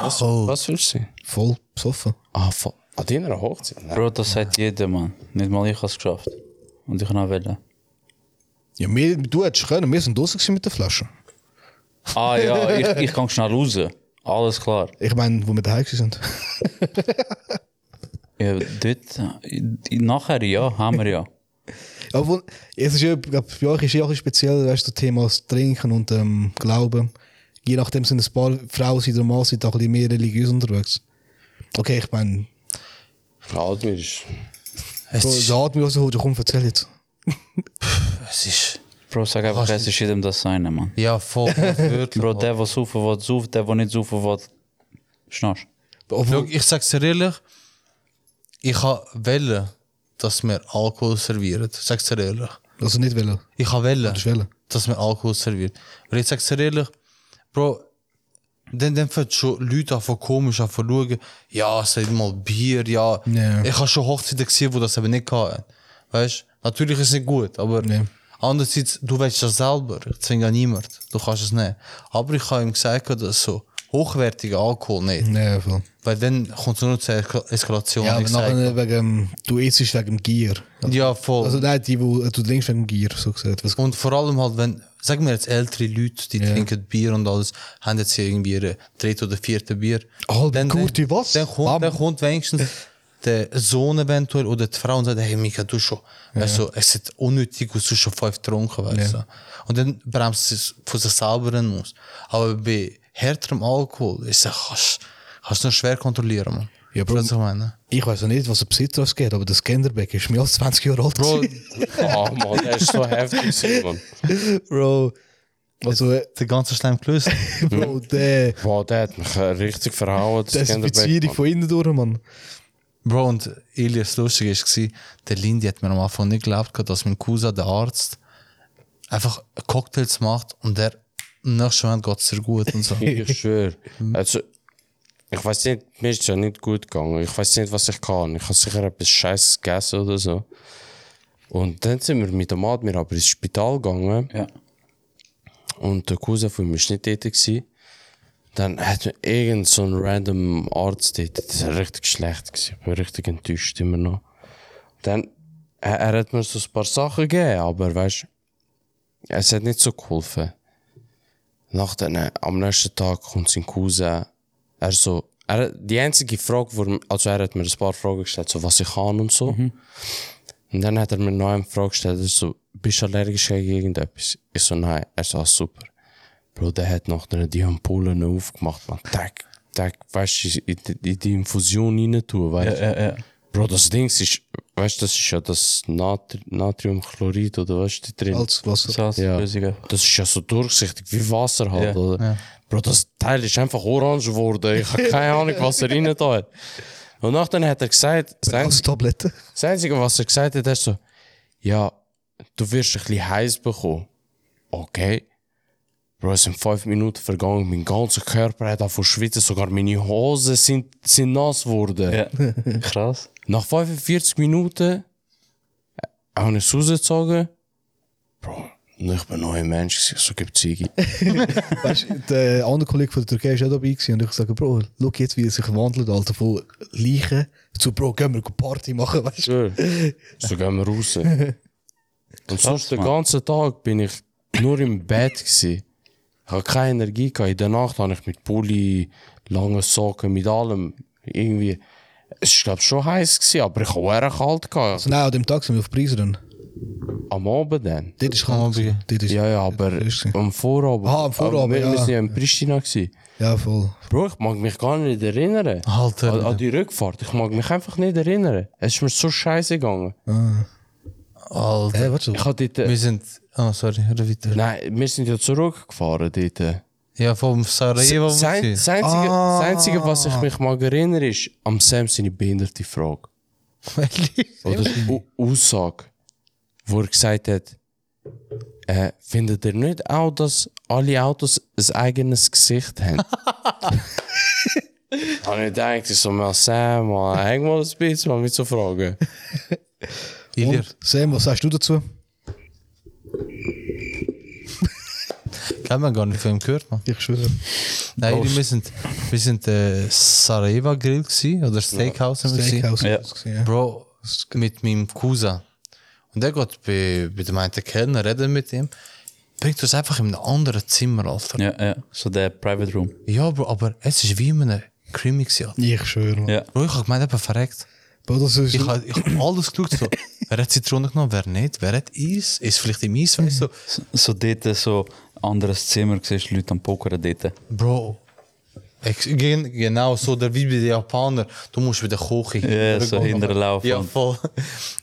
Oh. Was willst du? sehen? Voll besoffen. Ah, von, an deiner Hochzeit? Nein. Bro, das sagt jeder, Mann. Nicht mal ich habe es geschafft. Und ich kann auch wählen. Ja, wir, du hättest können, wir sind draußen mit der Flasche. Ah ja, ich, ich kann schnell raus. Alles klar. Ich meine, wo wir daheim gewesen sind. Ja, dort, äh, nachher ja, haben wir ja. Obwohl, es ist ja, glaub, bei euch ist ja auch ein speziell, weißt du, das Thema das Trinken und ähm, Glauben. Je nachdem sind ein paar Frauen sind oder Mann sind auch ein bisschen mehr religiös unterwegs. Okay, ich meine, Admir ist... Es so ist, so hat mir also heute, komm, erzähl jetzt. es ist. Bro, sag einfach, es ist jedem das seine, Mann. Ja, voll. wirklich. Bro, der, der saufen will, sauft, der, der nicht saufen will, schnarcht. Schau, Obwohl, ich sag's dir ehrlich, ich ha welle, dass wir Alkohol servieren. Ich sag's dir ehrlich. also nicht wollen. Ich ha welle, hast wollen? dass wir Alkohol servieren. Weil ich sag's dir ehrlich, Bro, dann, dann fängt schon Leute an von komisch an von schauen, ja, sag mal Bier, ja. Ja. Ich ha schon Hochzeiten gesehen, wo das eben nicht hatten. Weißt natürlich ist es nicht gut, aber Ja. andererseits, du weißt das selber. Ich zwinge niemand. Du kannst es nicht. Aber ich ha ihm gesagt, dass so hochwertiger Alkohol nicht. Nein, voll. Weil dann kommt es nur noch zur Eska- Eskalation. Ja, hab aber ich gesagt. nachher wegen, ähm, du isst wegen dem Gier. ja voll. Also nein, die, wo, du trinkst wegen dem Gier, so gesagt. Was, und vor allem halt, wenn, sagen wir jetzt ältere Leute, die trinken Bier und alles, haben jetzt hier irgendwie ihre dritte oder vierte Bier. Halbe Dann- Gurte, dann- was? Dann Bam. kommt, dann kommt wenigstens der Sohn eventuell oder die Frau und sagt, hey Mika, du schon. Weißt du, es ist unnötig, du hast schon fünf getrunken, weißt du. Und dann bremst sie es von sich selber aus. Aber bei härterem Alkohol ist es, kannst kannst du nur schwer kontrollieren, man. Ja, Bro. Was ich meine? ich weiß ja nicht, was der Besitzer alles geht, aber das Genderbeck ist mehr als 20 Jahre alt. Bro, gewesen. Ah, Mann, der ist so heftig gewesen, Mann. Bro. Also, äh, der ganze Schleim gelöst. Bro, der, Boah, der hat mich äh, richtig verhauen. Das der ist eine Kinderbeck, Beziehung Mann. von innen durch, Mann. Bro, und Elias, das Lustige war, der Lindy hat mir am Anfang nicht geglaubt, gehabt, dass mein Cousin, der Arzt, einfach Cocktails macht und der im nächsten Moment geht es dir gut und so. Ich schwöre. Also, ich weiß nicht, mir ist es ja nicht gut gegangen. Ich weiß nicht, was ich kann. Ich habe sicher etwas Scheißes gegessen oder so. Und dann sind wir mit dem Admir aber ins Spital gegangen. Ja. Und der Cousin von mir war nicht dort. Gewesen. Dann hat mir irgend so ein random Arzt dort. Das war richtig schlecht. Gewesen. Ich bin richtig enttäuscht immer noch. Dann, er, er hat mir so ein paar Sachen gegeben, aber weißt es hat nicht so geholfen. Nach den, am nächsten Tag kommt sein Cousin. Er so, er, die einzige Frage, wo, er- also er hat mir ein paar Fragen gestellt, so was ich kann und so. Mhm. Und dann hat er mir noch eine Frage gestellt, er so, bist du allergisch gegen irgendetwas? Ich so, nein. Er so, ah, super. Bro, der hat nachher die Ampullen aufgemacht, man. Tag, Tag, weißt du, in, die- in die Infusion rein tun, weißt du. Ja, ja. Bro, das Ding ist, weißt du, das ist ja das Natri Natriumchlorid oder was ist da drin? Also- Salzwasser. Salzlösung. Das ist ja so durchsichtig wie Wasser Ja, halt, oder? Bro, das Teil ist einfach orange geworden. Ich habe keine Ahnung, was er rein da hat. Und nachher hat er gesagt, das Als Einzige, Tabletten. das Einzige, was er gesagt hat, ist so, ja, du wirst ein bisschen heiß bekommen. Okay. Bro, es sind fünf Minuten vergangen, mein ganzer Körper hat davon schwitzen, sogar meine Hosen sind, sind nass geworden. Ja. Krass. Nach 45 Minuten äh, habe ich es rausgezogen. Bro, und ich bin noch ein Mensch, gewesen, so gibt Ziege. Weißt du, der eh, andere Kollege von der Türkei war auch dabei gewesen und ich sage, Bro, schau jetzt, wie er sich wandelt, Alter, von Leichen zu Bro, gehen wir Party machen, weißt du? so gehen wir raus. Und sonst den Mann. ganzen Tag bin ich nur im Bett. Gewesen. Ich habe keine Energie gehabt. In der Nacht habe ich mit Pulli, langen Socken, mit allem irgendwie. Es war, glaube ich, schon heiß, gewesen, aber ich hatte auch kalt. Gehabt. Also, nein, an dem Tag sind wir auf Preise dann. Am Abend dann. Dort ist kalt. gewesen. Dort ist, Ja, ja. ja, aber ist es. am Vorabend. Ah, am Vorabend, Aber wir, ja. wir sind ja in Pristina. Gewesen. voll. Bro, ich mag mich gar nicht erinnern. Alter. An, an die Rückfahrt. Ich mag mich einfach nicht erinnern. Es ist mir so scheiße gegangen. Alter. Hey, warte. Ich hatte dort, Wir sind. Ah, sorry, hör weiter. Nein, wir sind ja zurückgefahren dort. Ja, vom Sarajevo. Das, ein, gewesen. das, einzige, Ah. das Einzige, was ich mich mag erinnern, ist am Sam seine behinderte Frage. Oder U Aussage, wo er gesagt hat, äh, findet ihr nicht auch, dass alle Autos ein eigenes Gesicht haben? Habe ich gedacht, ich so, mal Sam, mal, häng mal ein bisschen, mal mit so Fragen. Ilir. Und, Sam, was sagst du dazu? Haben wir gar nicht von ihm gehört, man. Ich schwöre. Nein, Ilir, wir sind, wir sind äh, Sarajevo Grill gewesen, oder Steakhouse. haben wir gesehen. Steakhouse. Ja. das gesehen, ja. Bro, mit meinem Cousin. Und der geht bei, bei dem einen Kellner, reden mit ihm, bringt uns einfach in ein anderes Zimmer, Alter. Ja, Ja, ja. So der Private Room. Bro, aber es ist wie in einem Krimi gewesen, Alter. Ich schwöre. man. Ja. Bro, ich hab gemeint, eben verreckt. Bro, das ist, Ich hab, ich hab alles geschaut, so. wer hat Zitrone genommen, wer nicht, wer hat Eis, ist vielleicht im Eis, weißt du. So, so dort, so anderes Zimmer, siehst du Leute am Pokern dort. Bro, ex- gen- genau so, der wie bei den Japanern, du musst wieder kochen. Ja, so hinterlaufen. Ja, voll.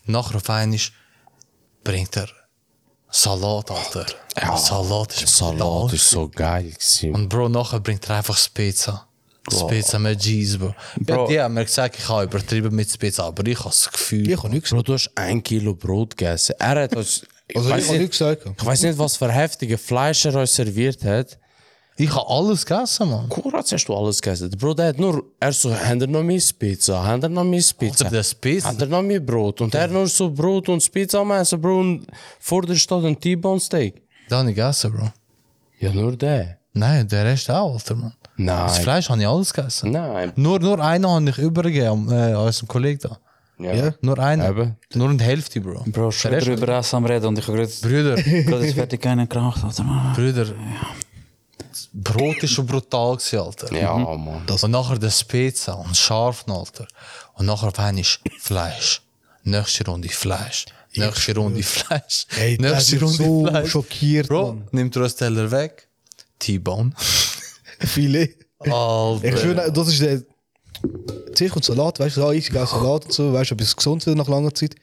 Nachher auf einmal bringt er Salat, Alter. Salat ist brutal. Salat ist so geil. Gewesen. Und Bro, nachher bringt er einfach Spezza. Spezza mit Cheese, Bro. Ja, Bro. die haben mir gesagt, ich habe übertrieben mit Spezza, aber ich habe das Gefühl. ich habe nichts gesagt. Bro, du hast ein Kilo Brot gegessen. Er hat uns, ich Also, ich weiß habe nichts nicht, gesagt. ich weiss nicht, was für heftige Fleisch er uns serviert hat. Ich habe alles gegessen, Mann. Kurat hast du alles gegessen. Der Bruder hat nur, er so, haben ihr noch mehr Pizza? Haben ihr noch mehr Pizza? Alter, das Spezza. Haben ihr noch mehr Brot? Und er nur so Brot und Pizza am Essen, Bro. Und vor dir steht ein T-Bone Steak. Das habe ich gegessen, Bro. Ja, nur der. Nein, der Rest auch, Alter, Mann. Das Nein. Fleisch habe ich alles gegessen. Nein. Nur, nur einen habe ich übergegeben, äh, unserem Kollegen da. Ja. Nur einen. Eben. Nur eine Hälfte, Bro. Bro, schon Der Rest- drüber essen am Reden und ich habe gerade Brüder, gerade ist fertig keinen geraucht. Alter, Mann. Brüder. Das Brot ist schon brutal, gewesen, Alter. Ja, Mann. Und nachher das Pizza und scharf, Alter. Und nachher auf einmal ist Fleisch. Nächste Runde Fleisch. Nächste Runde Fleisch. Ey, der Nächste ist so schockiert, Bro, Mann. nimmt er einen Teller weg. T-Bone. Filet. Ich Alter. schwöre, das ist der. Zuerst kommt Salat, weißt du, so, ah, ich gehe Salat und so, weißt du, etwas gesund wird nach langer Zeit.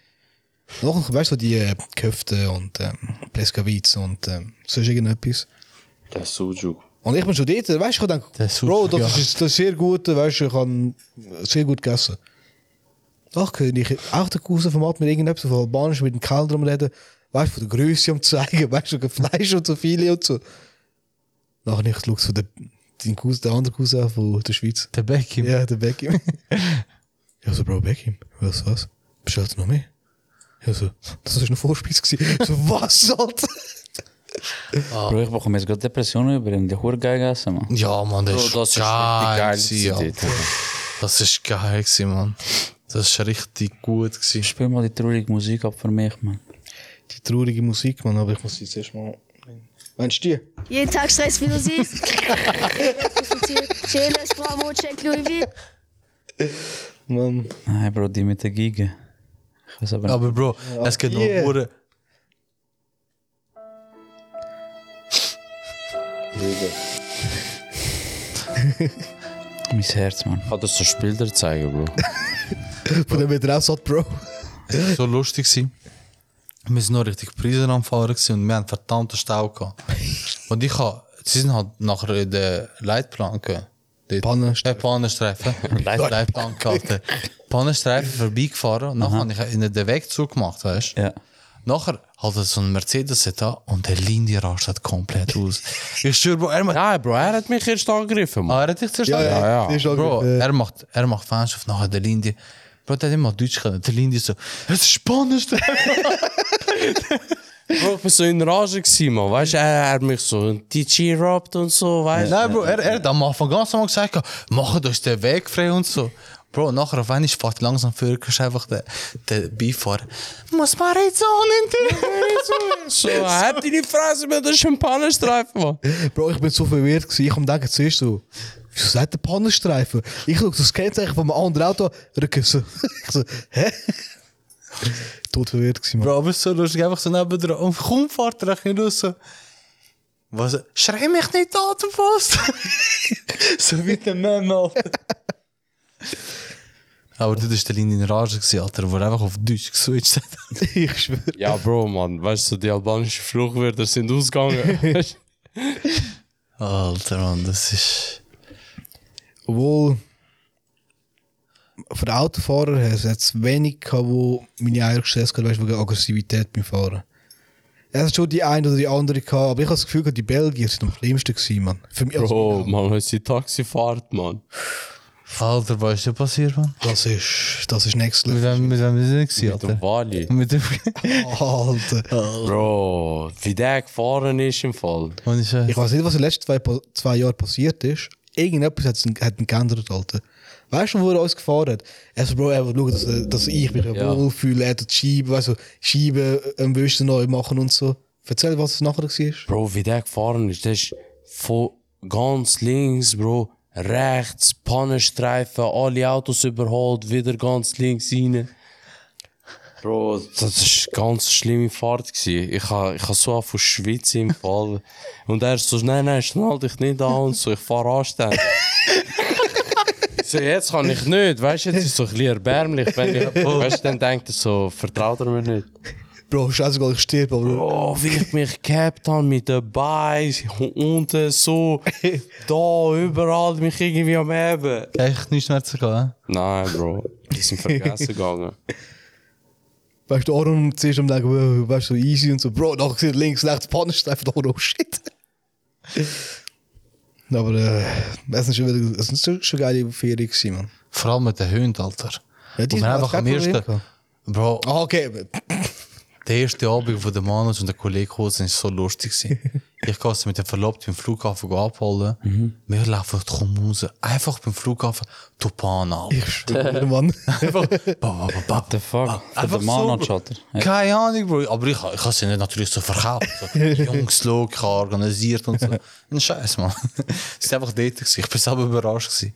Noch, weißt du, so die äh, Köfte und ähm, Pleskawitz und ähm, sonst irgendetwas. Der Sujuk. Und ich bin schon dort, weißt du, ich habe gedacht, Das ist Bro, super, das ist das ist sehr gut, weißt du, ich habe sehr gut gegessen. Doch, höre ich auch den Cousin-Format mit irgendetwas auf Albanisch mit dem Kerl drum reden. Weißt du, von der Größe um zu zeigen, weißt du, kein Fleisch und so viele und so. Nachher nicht schaust von der, dein Cousin, der andere Cousin von der Schweiz. Der Becky. Ja, der Beckham. ja, so, Bro, Beckham. Was, was? Bestellst du noch mehr? Ja, so, das ist eine Vorspeise gewesen. so, was, Alter? Bro, ich bekomme jetzt gerade Depressionen über ihn. Der Hurgeige essen, man. Ja, Mann, das, Bro, ist, das ist geil. richtig geil gewesen, gewesen, Alter. Das ist geil, gewesen, Mann. Das ist richtig gut. Gewesen. Spiel mal die traurige Musik ab für mich, man. Die traurige Musik, Mann, aber ich muss jetzt erstmal. Meinst du die? Jeden Tag Stress, wie du siehst. Chile, Bravo, check Louis V. Mann. Nein, Bro, die mit der Giga. Ich weiß aber nicht. Aber Bro, es geht noch Yeah. Uhren. Mein Herz, man. Kann das so Bilder zeigen, Bro? Von dem wird er auch satt, Bro. Es war so lustig. Gewesen. Wir sind noch richtig Preisen am Fahren gewesen und wir haben verdammte Stau gehabt. Und ich habe, sie sind halt nachher in der Leitplanke. dort- Pannenstreifen. Äh, Pannenstreifen. Leit- Leitplanke, Alter. Pannenstreifen vorbeigefahren und nachher habe ich ihnen den Weg zugemacht, weißt du? Ja. Nachher hat er so einen Mercedes da und der Lindy rastet komplett aus. Ich schwöre, Bro, er macht. Nein, Bro, er hat mich erst angegriffen, Mann. Ah, er hat dich zuerst ja, ja. die ist auch Bro, gut, äh. er macht, er macht Fans auf nachher der Lindy. Bro, der hat immer Deutsch können. Der Lindy so, es ist Pannenstreifen. Bro, ich bin so in Rage gewesen, Mann. Weißt du, er hat mich so ein DJ robbt und so, weißt du? Nein, Bro, er, er hat am Anfang ganz normal gesagt, mach uns den Weg frei und so. Bro, nachher auf einmal fährt langsam für einfach der, der Beifahrer. Muss man jetzt auch So, halt deine Fresse mit dem Schimpanenstreifen, Mann. Bro, ich bin so verwirrt gewesen. Ich habe gedacht, zuerst so, wieso sagt der Pannenstreifen? Ich schaue so das Kennzeichen von einem anderen Auto, rücken so. Ich so, hä? Tot verwirrt gewesen, Mann. Bro, dus aber so lustig, einfach so neben dran. Und kaum fährt er hin raus. so, Was? Schrei mich nicht an, du Post! so wie der Mann, Alter. Aber das war der Linie in Rage, gewesen, Alter, wo er einfach auf Deutsch geswitcht hat. ich schwöre. Ja, Bro, Mann, weißt du, die albanischen Fluchwörter sind ausgegangen. Alter, Mann, das ist... Obwohl, für Autofahrer hat es jetzt wenig gehabt, wo meine Eier gestellt haben, weißt du, wegen Aggressivität beim Fahren. Es hat schon die eine oder die andere gehabt, aber ich habe das Gefühl, gehabt, die Belgier sind am schlimmsten gewesen, Mann. Für mich also, als- Bro, Mann, was ist die Taxifahrt, Mann? Alter, was ist denn passiert, Mann? Das ist, das ist next Mit level. wem, mit wem sind wir gewesen, Mit dem Alter? Wali. Mit dem... Alter. Bro, wie der gefahren ist im Fall. Ohne Scheiß. Ich weiß nicht, was in den letzten zwei, Pa- zwei Jahren passiert ist. Irgendetwas hat's- hat ihn geändert, Alter. Weißt du, wo er uns gefahren hat? Er so, Bro, er will schauen, dass, er- dass ich mich Ja. wohlfühle. Er hat die Scheiben, weißt du, Scheiben am Wüsten neu machen und so. Erzähl, was es nachher war. Bro, wie der gefahren ist, der ist von ganz links, Bro, rechts, Pannenstreifen, alle Autos überholt, wieder ganz links rein. Bro, das ist eine ganz schlimme Fahrt gewesen. Ich habe ich ha so von Schweiz im Fall. Und er so, nein, nein, schnall dich nicht an und so, ich fahre anständig. So, jetzt kann ich nicht, weißt du, jetzt ist es so ein bisschen erbärmlich, wenn ich, weißt du, dann denkt er so, vertraut er mir nicht. Bro, scheißegal, ich stirb, aber Oh, wie ich mich gehabt habe mit den Beinen, unten so, da, überall, mich irgendwie am Heben. Echt nicht mehr zu gehen. Nein, Bro, die sind vergessen gegangen. weißt du, Aaron zuerst am Denken, wow, weißt du, so easy und so. Bro, nachher sieht links, rechts, Pannenstreifen, oh, oh shit. Aber äh, es sind schon wieder, es sind schon, schon geile Ferien gewesen, man. Vor allem mit den Hunden, Alter. Ja, die und sind einfach kein am ersten... Problem. Bro, oh, Ah, okay. der erste Abend, wo der Manus und der Kollege gekommen sind, war so lustig. gewesen. ich gehe sie mit dem Verlobten im Flughafen abholen. Mhm. Wir laufen die Kommune einfach beim Flughafen Topan an. Mann. Einfach... ba, ba, ba, ba. The fuck? Für Ah, Einfach den Mann so, und Bro. Shutter. Ja. Keine Ahnung, Bro. Aber ich, ich habe sie nicht natürlich so verkauft. So, Jungs, look, ich habe organisiert und so. Ein Scheiß, Mann. Sie waren einfach dort. Gewesen. Ich war selber überrascht. Gewesen.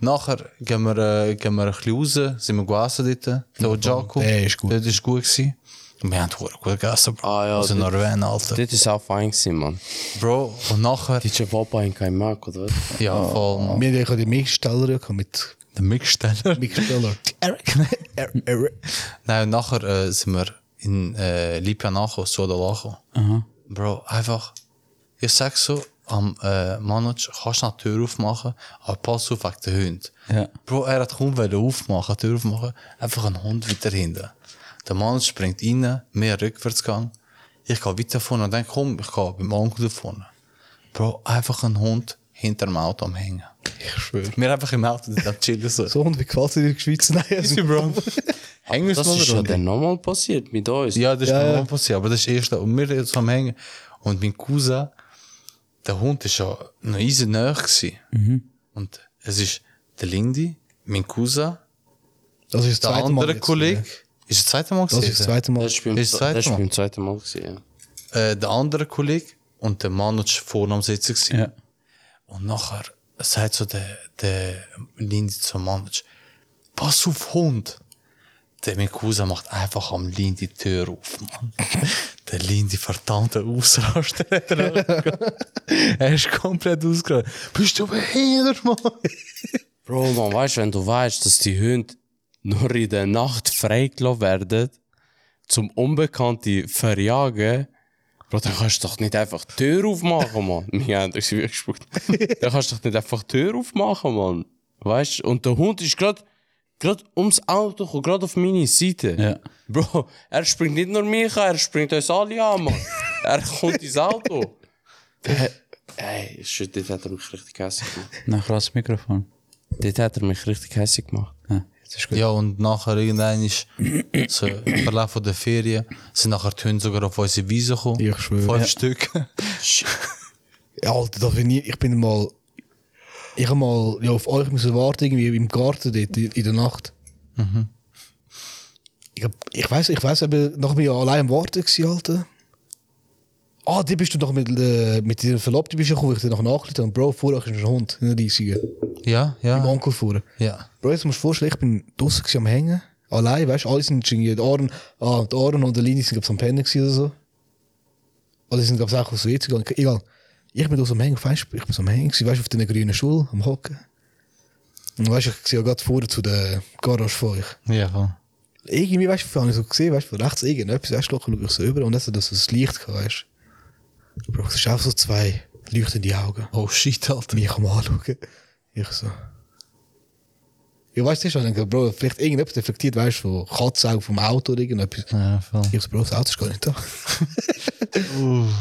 Nachher gehen wir, äh, gehen wir ein bisschen raus, sind wir gegessen dort. Der Ojako. der ist gut. Der ist gut gewesen. Und wir haben verdammt gut gegessen, Bro. Ah, ja, also dort- Norwen, Alter. Das war auch fein, gewesen, Mann. Bro, und nachher... Die Chababa haben keinen Mark, oder was? Ja, Oh. voll. Wir haben ja den Mixsteller gehabt mit Der Mixsteller. Mixsteller. Eric. Nein, und nachher äh, sind wir eh, in äh, Lipianacho, Sodalacho. Bro, einfach, ich sag so, am äh, Manage kannst du noch die Tür aufmachen, aber pass auf wegen den Hund. Ja. Bro, er hat kaum wollen aufmachen, Tür aufmachen, einfach ein Hund weiter hinten. Der Manage springt rein, mehr Rückwärtsgang. Ich gehe weiter vorne und denke, komm, ich gehe beim Onkel da vorne. Bro, einfach ein Hund hinter dem Auto am Hängen. Ich schwöre. Mir einfach im Auto dann chillen so. So und wie gefällt dir in der Schweiz? Nein, also, Bro. Hängen wir Das mal ist ja runter. dann nochmal passiert mit uns. Ja, das ist Ja, normal ja. passiert, aber das ist erst und wir jetzt am Hängen. Und mein Cousin, der Hund ist ja noch easy nahe gewesen. Mhm. Und es ist der Lindy, mein Cousin, das ist das der zweite Mal. andere jetzt, Kollege. ja. Ist das zweite Mal Das ist das gewesen? zweite Mal. Das ist beim, Ist das zweite das ist Mal? beim zweiten Mal gewesen, äh, der andere Kollege und der Mann ist vorne am Sitzen. gewesen. Ja. Und nachher sagt so der, der Lindy zum Mann, pass auf Hund. Der mein Cousin macht einfach am Lindy die Tür auf, Mann. der Lindy verdammte Ausraster. hat er angehabt. er ist komplett ausgerastet. Bist du behindert, Mann? Bro, man weißt, wenn du weißt, dass die Hunde nur in der Nacht freigelassen werden, zum Unbekannte verjagen, Bro, dann kannst du doch nicht einfach die Tür aufmachen, Mann. Mir hat das wirklich gespuckt. Dann kannst du doch nicht einfach die Tür aufmachen, Mann. Weißt du? Und der Hund ist gerade gerade ums Auto gekommen, gerade auf meine Seite. Ja. Bro, er springt nicht nur mich an, er springt uns alle an, Mann. er kommt ins Auto. Äh, Ey, shit, dort hat er mich richtig hässlich gemacht. Dann krass Mikrofon. Dort hat er mich richtig hässlich gemacht. Ja, jetzt ist gut. Ja, und nachher irgendwann ist, so, im Verlauf von der Ferien, sind nachher die Hunde sogar auf unsere Wiese gekommen. Ich schwöre. Fünf Ja. Stück. Ja, Alter, das bin ich, ich bin mal. Ich habe mal ja, auf euch müssen warten, irgendwie im Garten dort in, in der Nacht. Ich, hab, ich weiß, ich weiß, eben, noch mir allein am Warten gewesen, Alter. Ah, die bist du doch mit, äh, mit deiner Verlobten bist du gekommen, ich dir noch nachgelegt habe. Bro, vor euch ist ein Hund, ein riesiger. Ja, Im ja. Onkel vor. Ja. Bro, jetzt musst du dir vorstellen, ich bin draußen gewesen am Hängen. Allein, weißt du, alle sind irgendwie, die Ohren, ah, die Ohren und der Linie sind, glaube ich, am Pennen gewesen oder so. Oder sie sind, glaube ich, auch aus der WC gegangen. Egal. Ich bin draußen am Hängen, weißt du, ich bin so am Hängen gewesen, weißt du, auf den grünen Schule, am Hocken. Und weißt du, ich sehe ja gerade vorne zu der Garage vor euch. Ja, voll. Irgendwie, weißt du, habe ich so gesehen, weißt du, von rechts irgendetwas, weißt du, schaue ich so über und dann hat das so das Licht gehabt, weißt du. Bro, es ist auch so zwei leuchtende Augen. Oh shit, Alter. mich am anschauen. Ich so. Ja, weißt du schon, ich denke, Bro, vielleicht irgendetwas reflektiert, weißt du, von Katzaugen vom Auto oder irgendetwas. Ja, voll. Ich so, Bro, das Auto ist gar nicht da.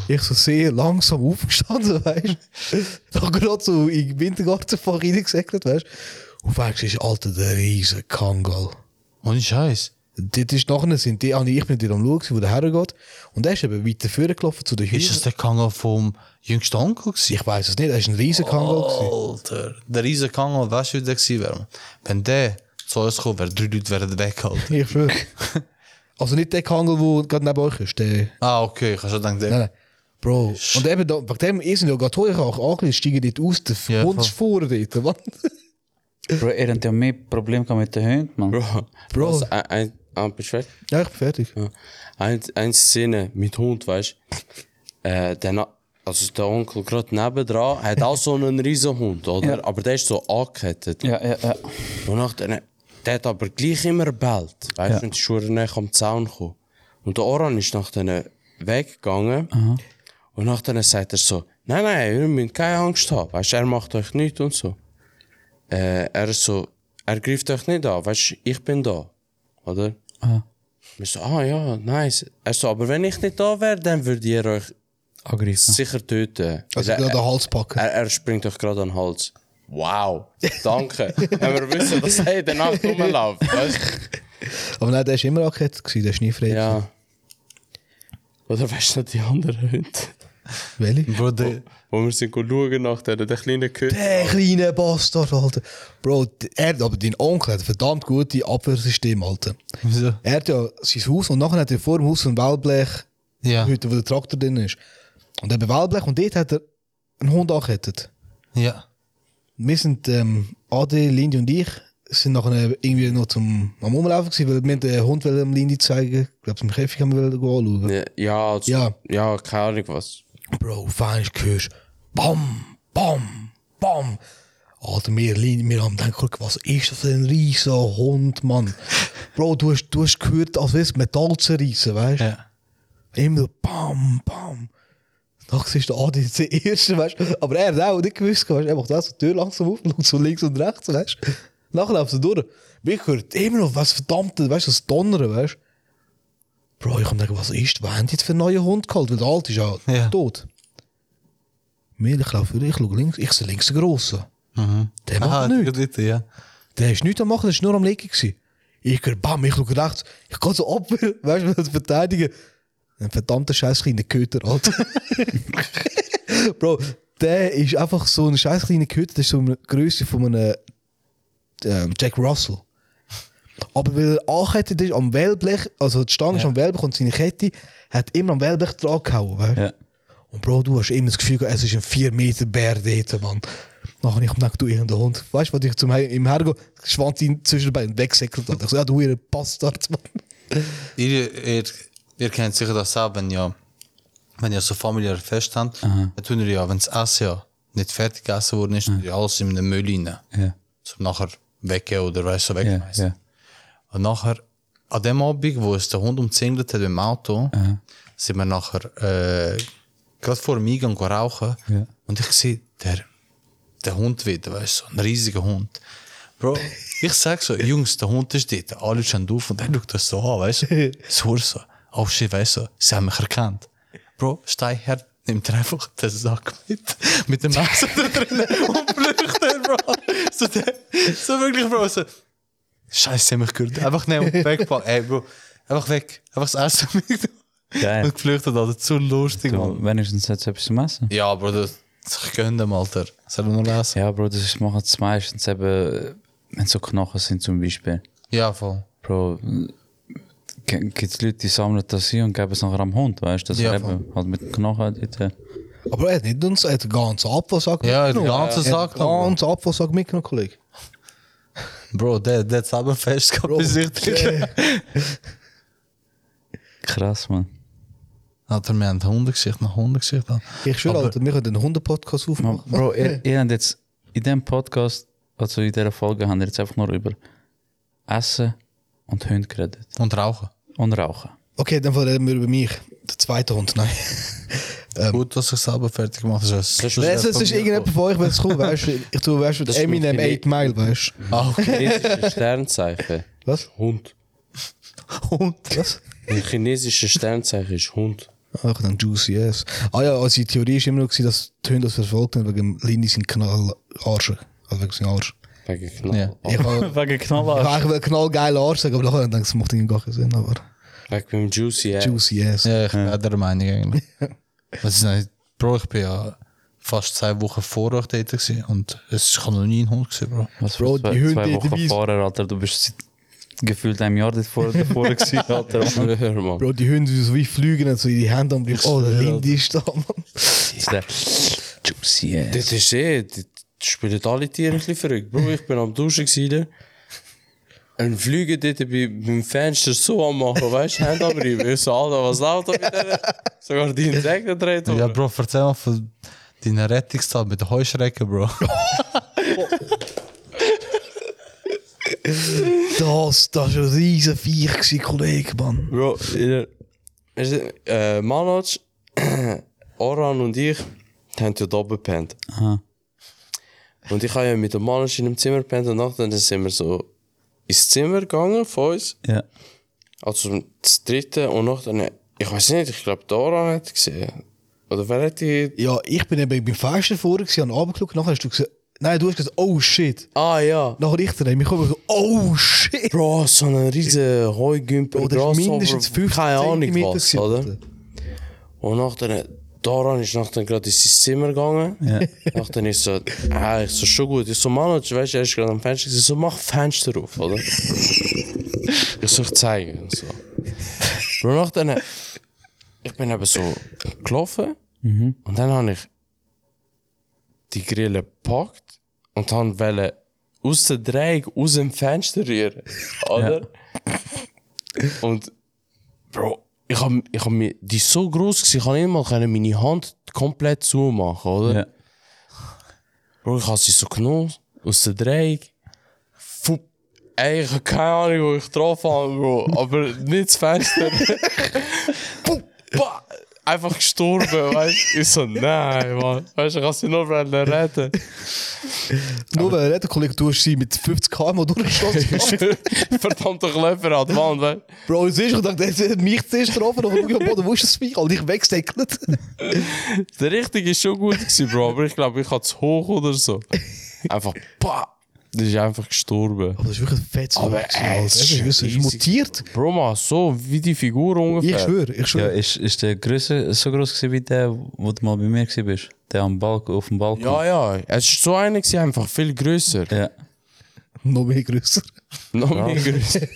Ich so sehr langsam aufgestanden, weißt du. Dann gerade so in den Wintergarten vor reingesäckelt, weißt du. Auf einmal ist Alter der riesen Kangal. Ohne Scheiß. Dort ist nachher sind die, Anni, ich bin dort am Schauen, wo der hergeht. Und der ist eben weiter vorgelaufen zu den Ist das Häusern. der Kangal vom jüngsten Onkel gewesen? Ich weiß es nicht, er ist ein riesen Kangal. gewesen. Alter. Der riesen Kangal, weißt du, wie der gewesen wäre? Wenn der zu uns kommt, wären drei Leute wären weg, Alter. Ich schwöre. Also nicht der Kangel, der gerade neben euch ist. Der, Ah, okay, ich habe schon gedacht, der... nein, nein. Bro. Und eben, da, wegen dem, ihr sind ja gerade hoch, auch angelegt, steigen dort aus, der Ja, Hund ist voll. vor dort. Mann. Bro, ihr habt ja mehr Probleme gehabt mit den Hunden, Mann. Bro, Bro. Was, ein, ein, ein, bist du weg? Ja, ich bin fertig. Ja. Ein, eine Szene mit Hund, weißt du? Äh, der, Na- also der Onkel gerade nebendran hat auch so einen riesen Hund, oder? Aber der ist so angekettet. Ja, ja, ja. Und nachher, der hat aber gleich immer gebellt, weißt du? Und die Schuhe nach am Zaun gekommen. Und der Oran ist nachher weggegangen. Und nachher sagt er so: Nein, nein, ihr müsst keine Angst haben, weißt du? Er macht euch nichts und so. Äh, er ist so: Er greift euch nicht an, weißt du? Ich bin da, oder? Wir so, ah ja, nice. Er so, aber wenn ich nicht da wäre, dann würde ihr euch Angriffen. sicher töten. Also er, gerade den Hals packen. er, er springt euch gerade an den Hals. Wow, danke. wenn wir wissen, dass er in der Nacht rumläuft. Weißt? Aber nein, der war immer angekettet, gewesen, der ist nie frei. du? Ja. Ja. Oder weißt du noch die anderen Hunde, Welche? Bro, der... wo wir sind schauen nach der, der kleinen Köter? Der kleine Bastard, Alter. Bro, er, aber dein Onkel hat verdammt gute Abwehrsystem, Alter. Wieso? Er hat ja sein Haus und nachher hat er vor dem Haus ein Wellblech Ja. heute, wo der Traktor drin ist. Und eben Wellblech und dort hat er einen Hund angekettet. Ja. Wir sind, ähm, Ade, Lindy und ich, sind nachher irgendwie noch zum, am Umlaufen gewesen, weil wir den Hund wollten dem Lindy zeigen. Ich glaube, zum Käfig haben wir wollen gehen anschauen. Ja, ja, also, Ja. ja. ja, keine Ahnung was. Bro, fein gehörst. Bam, bam, bam. Alter, wir, Lindy, wir haben gedacht, guck, was ist das für ein riesen Hund, Mann. Bro, du hast, du hast gehört, als wärst du Metall zerreißen, weißt du? Ja. Immer so, bam, bam. Ach, siehst du, ah, die ist der Erste, weißt du. Aber er hat auch nicht gewusst, weißt du. Er macht auch so die Tür langsam auf, schaut so links und rechts, weißt du. Nachher läuft er durch. Mich hört immer noch, was verdammte, weißt du, das Donnern, weißt du. Bro, ich hab mir gedacht, was ist, was haben die jetzt für einen neuen Hund geholt? Weil der alte ist ja, Ja. tot. Mir, ich laufe ich schaue links, ich sehe links den Grossen. Der macht Ah, nichts. die dritte, ja. Der ist nichts am machen, der war nur am Legen. gewesen. Ich höre, bam, ich schaue rechts. Ich gehe so ab, weißt du, das verteidigen. Ein verdammter scheiß kleiner Köter, Alter. Bro, der ist einfach so ein scheiß kleiner Köter, der ist so eine Größe von einem ähm, eh, Jack Russell. Aber weil er angekettet ist am Wellblech, also die Stange ist am Wellblech und seine Kette hat immer am Wellblech dran gehauen, weißt du? Ja. Und Bro, du hast immer das Gefühl, gehabt, es ist ein 4 Meter Bär dort, Mann. Nachher ich gedacht, du irgendein Hund. Weißt du, was ich zum He- im Hergo Schwanz ihn zwischen den Beinen weggesäckelt habe. Ich so, ja, du ihr Bastard, Mann. Ihr, ihr, ihr kennt sicher das auch, wenn ja, wenn ihr so familiäre Fest habt, dann tun ihr ja, wenn das Essen ja nicht fertig gegessen worden ist, tun ihr alles in den Müll rein. Ja. So nachher weggehen oder weißt du, so Ja, wegschmeißen. ja. Und nachher, an dem Abend, wo es der Hund umzingelt hat im Auto, sind wir nachher äh, gerade vor dem Eingang go rauchen. Ja. Und ich sehe, der, der Hund wieder, weißt du, so ein riesiger Hund. Bro, ich sag so, Jungs, der Hund ist dort, alle schauen auf und er schaut das so an, weißt du, so, so, oh shit, weißt du, sie haben mich erkannt. Bro, steh her, nimmt er einfach den Sack mit, mit dem Messer da drinnen und flüchtet, Bro. So, der, so wirklich, Bro, so, Scheiße, mich gehört. Einfach nehmen und wegpacken. Ey, Bro. Einfach weg. Einfach das Essen mit. Geil. Und geflüchtet, Alter. Zu lustig, Mann. Du, wenigstens hat es etwas zum Essen. Ja, Bro, das ich gönn dem, Alter. Soll ich noch lesen? Ja, Bro, das ist- machen es meistens eben, äh, wenn so Knochen sind zum Beispiel. Ja, voll. Bro, gibt es Leute, die sammeln das hier und geben es nachher am Hund, weißt du? dass Ja, er eben halt mit dem Knochen dort. äh, Aber er hat nicht uns, er hat den ganzen Abwaschsack Ja, den mitgenommen. ganzen Er hat Sack den noch, Bro. ganzen Abwaschsack mitgenommen, Kollege. Bro, der, der hat selber fest gehabt, besichtigt. Krass, Mann. Alter, wir haben Hundegesicht nach Hundegesicht. Alter. Ich schwöre, Aber- Alter, wir können einen Hunde-Podcast Man, aufmachen. Bro, eh- ihr, ihr habt jetzt in diesem Podcast, also in dieser Folge, haben wir jetzt einfach nur über Essen und Hunde geredet. Und rauchen. Und Rauchen. Okay, dann reden wir über mich. Der zweite Hund, nein. Gut, dass ich selber fertig gemacht habe. Das ist Weißt du, es ist irgendjemand von euch, wenn es kommt, weißt du. Ich tue, weißt du, Das Eminem brauche ich 8 Mile, weißt du. Ah, okay. Chinesische Sternzeichen. Was? Hund. Hund? Was? Ein chinesisches Sternzeichen ist Hund. Ach, dann Juicy, yes. Ah ja, also die Theorie war immer noch, gewesen, dass die Hunde das verfolgt haben wegen Lindy seinen Knallarsch. Also wegen seinem Arsch. Wegen Knall. Ja. Ich wollte Wegen Knallarsch. eigentlich knallgeil Arsch sagen, aber nachher habe ich gedacht, das macht irgendwie gar keinen Sinn. Aber Wegen dem Juicy, ja. Juicy, yes. Ja, ich bin auch der Meinung eigentlich. Was ist nicht, Bro, ich bin ja fast zwei Wochen vor euch dort gewesen und es kann noch nie ein Hund gewesen, Bro. Was Bro, Bro, zwei, die Hunde zwei in der Wochen Wiese. vorher, Alter, du bist seit gefühlt einem Jahr dort vor, davor gewesen, Alter. Mann. Hör mal. Bro, die Hunde die so wie fliegen und so in die Hände am Oh, der Lindy ist da, Mann. Das ist der Juicy ass. Das ist eh, die die spielen alle Tiere ein bisschen verrückt. Bro, ich bin am Duschen gewesen. Ein Flüge dort bei, beim Fenster so am machen, weißt du, Hände am Reiben. Ich so, Alter, was läuft da mit denen? Sogar die Insekten gedreht, Ja, oder? Bro, erzähl mal von deiner Rettungstat mit der Heuschrecke, Bro. Das, das war ein riesen Viech, gewesen, Kollege, Mann. Bro, ihr, ihr, äh, Manoj, Oran und ich haben ja da oben gepennt. Ah, Und ich habe ja mit dem Manoj in einem Zimmer gepennt und nachher sind wir so ins Zimmer gegangen von uns. Ja. Also das dritte und nachher, ich weiß nicht, ich glaube, der Oran hat gesehen. Oder wer hat die. Ja, ich bin eben beim Fenster vorher, gewesen, habe runtergeschaut, nachher hast du gesagt, nein, du hast gesagt, oh shit. Ah ja. Nachher ich dann, ich komme so, oh shit. Bro, so ein riesen Heugümper. Bro, das ist Grasshopper, mindestens 50 Keine Ahnung Zentimeter was, gewesen, oder? Alter. Und nachher, Doran ist nachher gerade in sein Zimmer gegangen. Ja. Nachher ist so, ah, ich so, schon gut. Ich so, Mann, du weißt, er ist gerade am Fenster. Ich so, mach Fenster auf, oder? ich so, ich zeige. ihm So. Und nachher, ich bin eben so gelaufen. Und dann habe ich die Grille gepackt und dann wollte aus der Dreieck aus dem Fenster rühren. Oder? Und Bro, ich habe ich hab mir, die ist so groß gewesen, ich kann nicht mal können meine Hand komplett zumachen, oder? Ja. Bro, ich habe sie so genommen, aus der Dreieck. Fupp. Ey, ich habe keine Ahnung, wo ich drauf habe, Bro. Aber nicht das Fenster. Puh, bah. einfach gestorben, weißt du? Ich so, nein, Mann. Weißt du, ich kann sie nur wollen retten. Nur weil der Kollege, du hast sie mit 50 km durchgeschossen. Verdammter Klöpfer an die Wand, weißt du? Bro, es ist, ich dachte, der hat mich zuerst getroffen, dann schau ich am Boden, wo ist das Viech? Und ich weggesteckelt. Der richtige ist schon gut gewesen, Bro, aber ich glaube, ich hatte es hoch oder so. Einfach, pah! Der ist einfach gestorben. Aber das ist wirklich ein fettes Aber, Loch gewesen, ey, Alter. es Das ist ist wirklich- es ist riesig. mutiert. Bro, man, so wie die Figur ungefähr. Ich schwöre, ich Ja, schwöre. ist, ist der größer, so groß gewesen wie der, wo du mal bei mir gewesen bist? Der am Balkon, auf dem Balkon. Ja, ja, es ist so einer gewesen, einfach viel grösser. ja. Noch mehr grösser. Noch mehr grösser.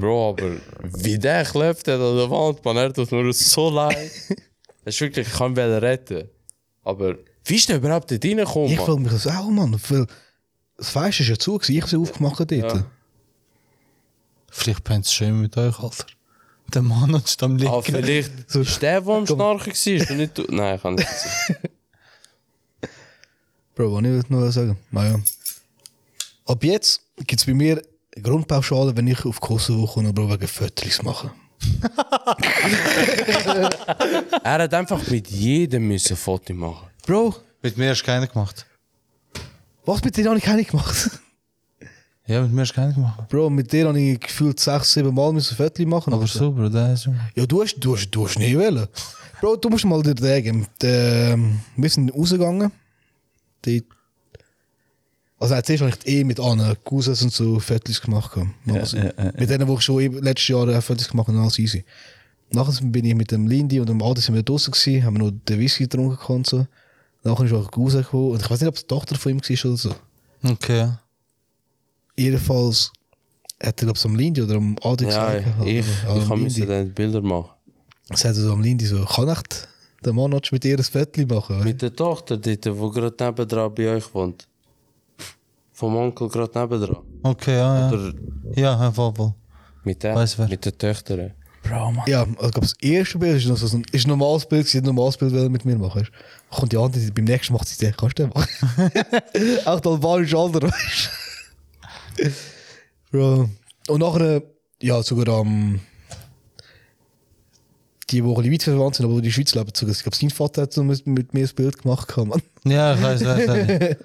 Bro, aber wie der geklebt hat an der Wand, man, er tut mir so leid. Das ist wirklich, ich kann ihn retten. Aber wie ist der überhaupt dort reingekommen? Ich Mann? frage mich das auch, Mann. Weil das Fleisch ist ja zu, gewesen. ich habe sie aufgemacht dort. Vielleicht pennt es schön mit euch, Alter. Der Mann hat am Ah, linken. vielleicht So- ist der, der am Schnarchen war und nicht du. Nein, ich kann nicht sagen. Bro, was ich noch sagen Naja. Ab jetzt gibt es bei mir eine Grundpauschale, wenn ich auf Kosovo komme, Bro, wegen Fötterings machen. Er hat einfach mit jedem müssen ein Foto machen. Bro, Mit mir hast du keiner gemacht. was mit dir habe ich keine gemacht? Ja, mit mir hast du keiner gemacht. Bro, mit dir habe ich gefühlt sechs, sieben Mal müssen Fötterings machen. Aber so, Bro, der ist immer. Ja, du hast, du hast, du hast nie wollen. Bro, du musst mal dir sagen, der, wir sind rausgegangen. Die, also nein, zuerst habe ich die eh mit anderen Cousins und so Fotos gemacht. gehabt. Also, mit denen, die ich schon eben letztes Jahr äh, Fotos gemacht habe, alles easy. Nachher bin ich mit dem Lindy und dem Adi sind wir draußen gewesen, haben noch den Whisky getrunken und so. Nachher ist auch ein Cousin gekommen und ich weiß nicht, ob es die Tochter von ihm war oder so. Okay. Jedenfalls hat er, glaube ich, am Lindy oder am Adi Ja, gesagt. oder- ich, oder am ich kann Lindy. müssen dann Bilder machen. Sagt er so am Lindy so, kann echt der Mann willst du mit ihr ein Bettchen machen? Mit der Tochter dort, die gerade nebendran bei euch wohnt. Vom Onkel gerade nebendran. Okay, ja, ja. Oder Ja, ja, voll, voll. mit der, Weiss wer. mit der Töchter. Bro, Mann. ja, also, ich glaube, das erste Bild ist, noch so ein, ist ein normales Bild, sie hat ein normales Bild wollen mit mir machen. weisst du. Kommt die andere, beim nächsten macht sie den, kannst du den machen? Auch der albanische Alter, weißt du? Bro. Und nachher, ja, sogar am. Die, die ein bisschen weit verwandt sind, aber die in der Schweiz leben, sogar, ich glaube, sein Vater hat so mit, mit mir ein Bild gemacht, gehabt, Mann. Ja, ich weiß, weiß, weiß.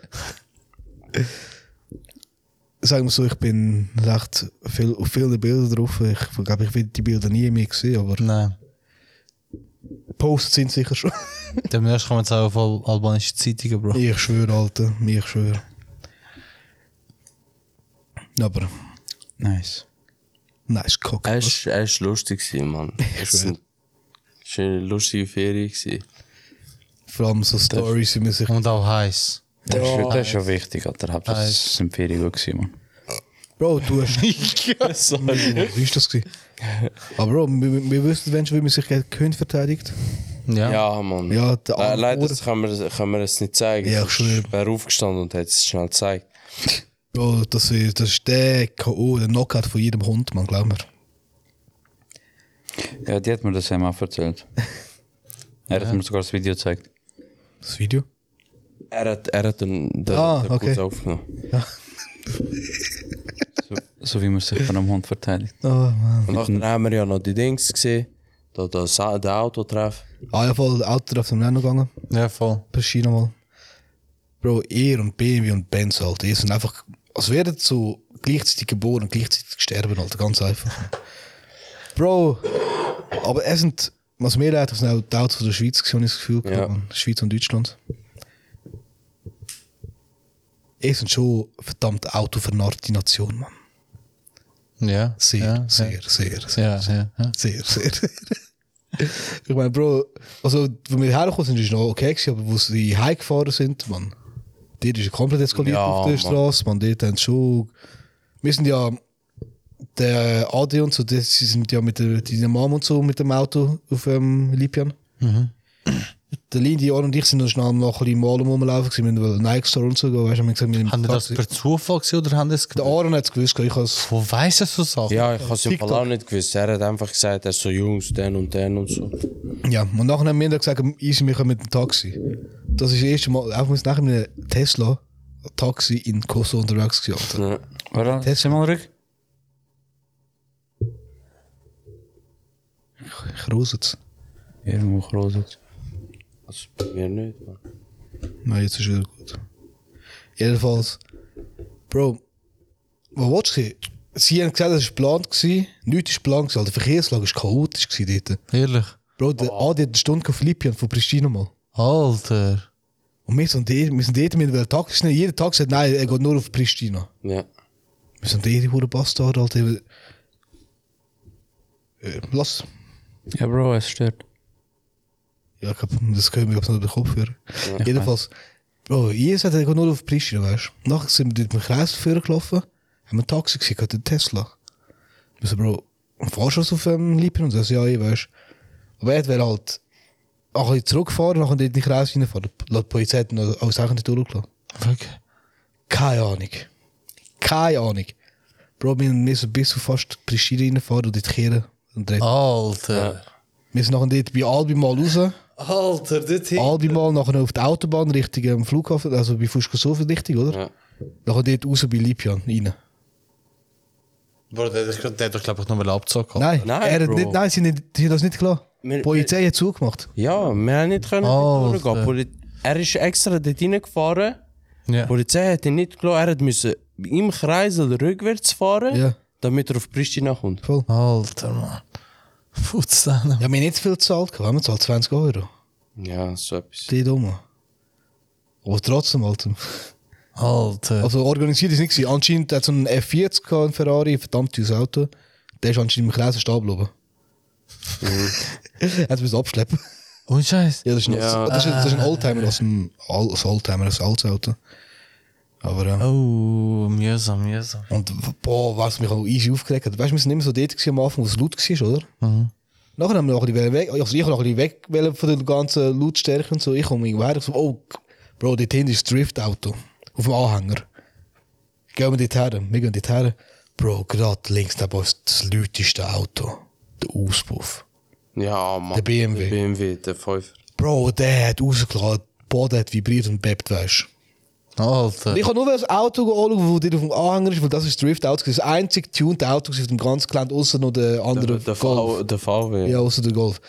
sagen wir so, ich bin recht viel, auf viele Bilder drauf. Ich glaube, ich werde die Bilder nie mehr sehen, aber Nein. Posts sind sicher schon. Demnächst kommen jetzt auch auf Al- albanische Zeitungen, Bro. ich schwöre, Alter, ich schwöre. Aber Nice. nice Cock. Er ist, er ist lustig gewesen, Mann. Es war eine schöne, lustige Ferien. Gewesen. Vor allem so Stories, wie man sich. Und auch heiß. Das, ist, schon- das ist schon wichtig, Alter. Hauptsache, es sind Ferien gut gewesen, Mann. Bro, du hast. wie ist das gewesen? Aber Bro, wir, wir wissen, wenn schon, wie man sich gegen König verteidigt. Ja. Ja, Mann. Ja, der Le Arm- leider das können, wir, können wir es nicht zeigen. Ja, ich Sonst schwöre. wäre aufgestanden und hätte es schnell gezeigt. Bro, das ist, das ist der K.O., der Knockout von jedem Hund, man glaubt mir. Ja, die hat mir das einmal erzählt. Er hat mir sogar das Video gezeigt. Das Video? Er hat, er hat den, den, Ah, den okay. kurz aufgenommen. So, so wie man sich von einem Hund verteidigt. Oh, man. Und nachher haben wir ja noch die Dings gesehen. Da, da, Sa- der Autotreff. Ah, ja, voll, Auto auf dem Rennen gegangen. Ja, voll. per China mal. Bro, ihr und BMW und Benz halt, ihr sind einfach, als wären so gleichzeitig geboren und gleichzeitig gestorben, halt, ganz einfach. Bro, aber es sind, was mir leid, das sind auch die Autos von der Schweiz, gewesen, habe ich das Gefühl, Ja. ja. Schweiz und Deutschland. Ihr sind schon verdammt autovernarrte Nation, Mann. Ja. Sehr, ja, sehr, sehr, sehr. Ja, ja, ja. Sehr, sehr. ich meine, Bro, also, wo wir hergekommen sind, ist noch okay, gewesen, aber wo sie heimgefahren sind, man, dort ist komplett eskaliert Ja, auf der Mann. Straße, man, dort haben sie schon. Wir sind ja, der Adi und so, die, sie sind ja mit der, deiner Mom und so mit dem Auto auf ähm, Lipian. Der Lindy, Jan und ich sind dann schnell noch ein bisschen malen rumlaufen, gewesen, wir wollten Nike Store und so gehen, weißt du, wir haben gesagt, wir nehmen Haben die das Taxi. per Zufall gesehen oder haben die das Der gewusst? Aaron hat es gewusst, ich habe es. Wo weiss er so Sachen? Ja, ich habe es im Fall eh, TikTok. auch nicht gewusst. Er hat einfach gesagt, er ist so Jungs, den und den und so. Ja, und nachher haben wir dann gesagt, easy, wir kommen mit dem Taxi. Das ist das erste Mal, auch mit nachher mit einem Tesla Taxi in Kosovo unterwegs gewesen, Alter. Ja. Warte, Das- das mal ruhig. Ich rauset's. Irgendwo groß jetzt. Also bei mir nicht, man. Nein, jetzt ist wieder gut. Jedenfalls, Bro, was willst du? Sie haben gesagt, es war geplant, gewesen. nichts war geplant, gewesen, Alter. die Verkehrslage war chaotisch gewesen dort. Ehrlich. Bro, der Adi hat eine Stunde von Philippi und von Pristina mal. Alter. Und wir sind dort, wir sind dort mit einem Taxi, jeder Taxi sagt, nein, er geht nur auf Pristina. Ja. Wir sind dort, die Hure Bastard, Alter. Äh, Lass. Ja, Bro, es stört. Ja, ich glaub, das können wir jetzt noch über den Kopf hören. Jedenfalls, Bro, jeder hat nur auf Pristina, weißt du. Nachher sind wir dort mit dem Kreis gelaufen, haben wir ein Taxi gesehen, gehabt, den Tesla. Wir so, Bro, fahrst du so auf dem Liebling? Und er so, ja, ich weißt Aber er wäre halt auch ein bisschen zurückgefahren, nachher dort in den Kreis reinfahren. Die Polizei hat ihn als auch nicht durchgelassen. Fuck. Keine Ahnung. Keine Ahnung. Bro, wir wir sind bis auf fast Pristina reinfahren und dort kehren. Und Ah. drehen. Alter. Wir sind nachher dort bei Albi mal raus. Alter, dit hier. Albi mal nachher auf die Autobahn Richtung ähm, Flughafen, also bei Fuschkosofen richtig, oder? Ja. Nachher dort raus bei Lipian rein. Bro, der hat doch, glaube ich, noch mal abzocken. Nein, Ah, Nein, er hat Bro. nicht, nein, sie haben sie haben das nicht klar. Die Wir- Polizei hat zugemacht. Ja, wir haben nicht können Oh, Alter. eh. durchgehen. Poli- Er ist extra dort hineingefahren. Ja. Die Polizei hat ihn nicht gelassen. Er hat müssen im Kreis oder rückwärts fahren, Ja. damit er auf Pristina kommt. Alter, man. Putz dan. Ja, wir haben nicht viel gezahlt, gehabt, wir haben zahlt 20 Euro. Ja, so etwas. Die dumme. Aber trotzdem, Alter. Alter. Also organisiert ist nicht gewesen. Anscheinend hat so ein F40 gehabt, ein Ferrari, ein verdammt teures Auto. Der ist anscheinend im Kreis stehen geblieben. er hat es abschleppen. Und Scheiß. Mhm. Ja, das ist, ein, Ja. Das, ist, das ist ein Oldtimer aus dem Al- aus Oldtimer, aus altes Auto. Aber ähm, Oh, mühsam, mühsam. und boah, was mich auch easy aufgeregt hat. Weißt du, wir sind immer so dort gewesen am Anfang, wo es laut war, oder? Nachher haben wir noch ein bisschen weg, also ich habe noch ein bisschen weg wollen von der ganzen Lautstärke und so. Ich komme irgendwo her, ich so, oh, Bro, dort hinten ist das Driftauto. Auf dem Anhänger. Gehen wir dort her, wir gehen dort her. Bro, gerade links neben uns das lauteste Auto. Der Auspuff. Ja, Mann. Der BMW. Der BMW, der Pfeifer. Bro, der hat rausgeladen, der Boden hat vibriert und bebt, weißt du. Alter. Und Ich habe nur das Auto anschauen, das dort auf dem Anhänger ist, weil das ist das Drift-Auto. gewesen. Das einzige tunte Auto gewesen auf dem ganzen Gelände, außer noch der andere Der, der, Golf. v, der VW. Ja, außer der Golf.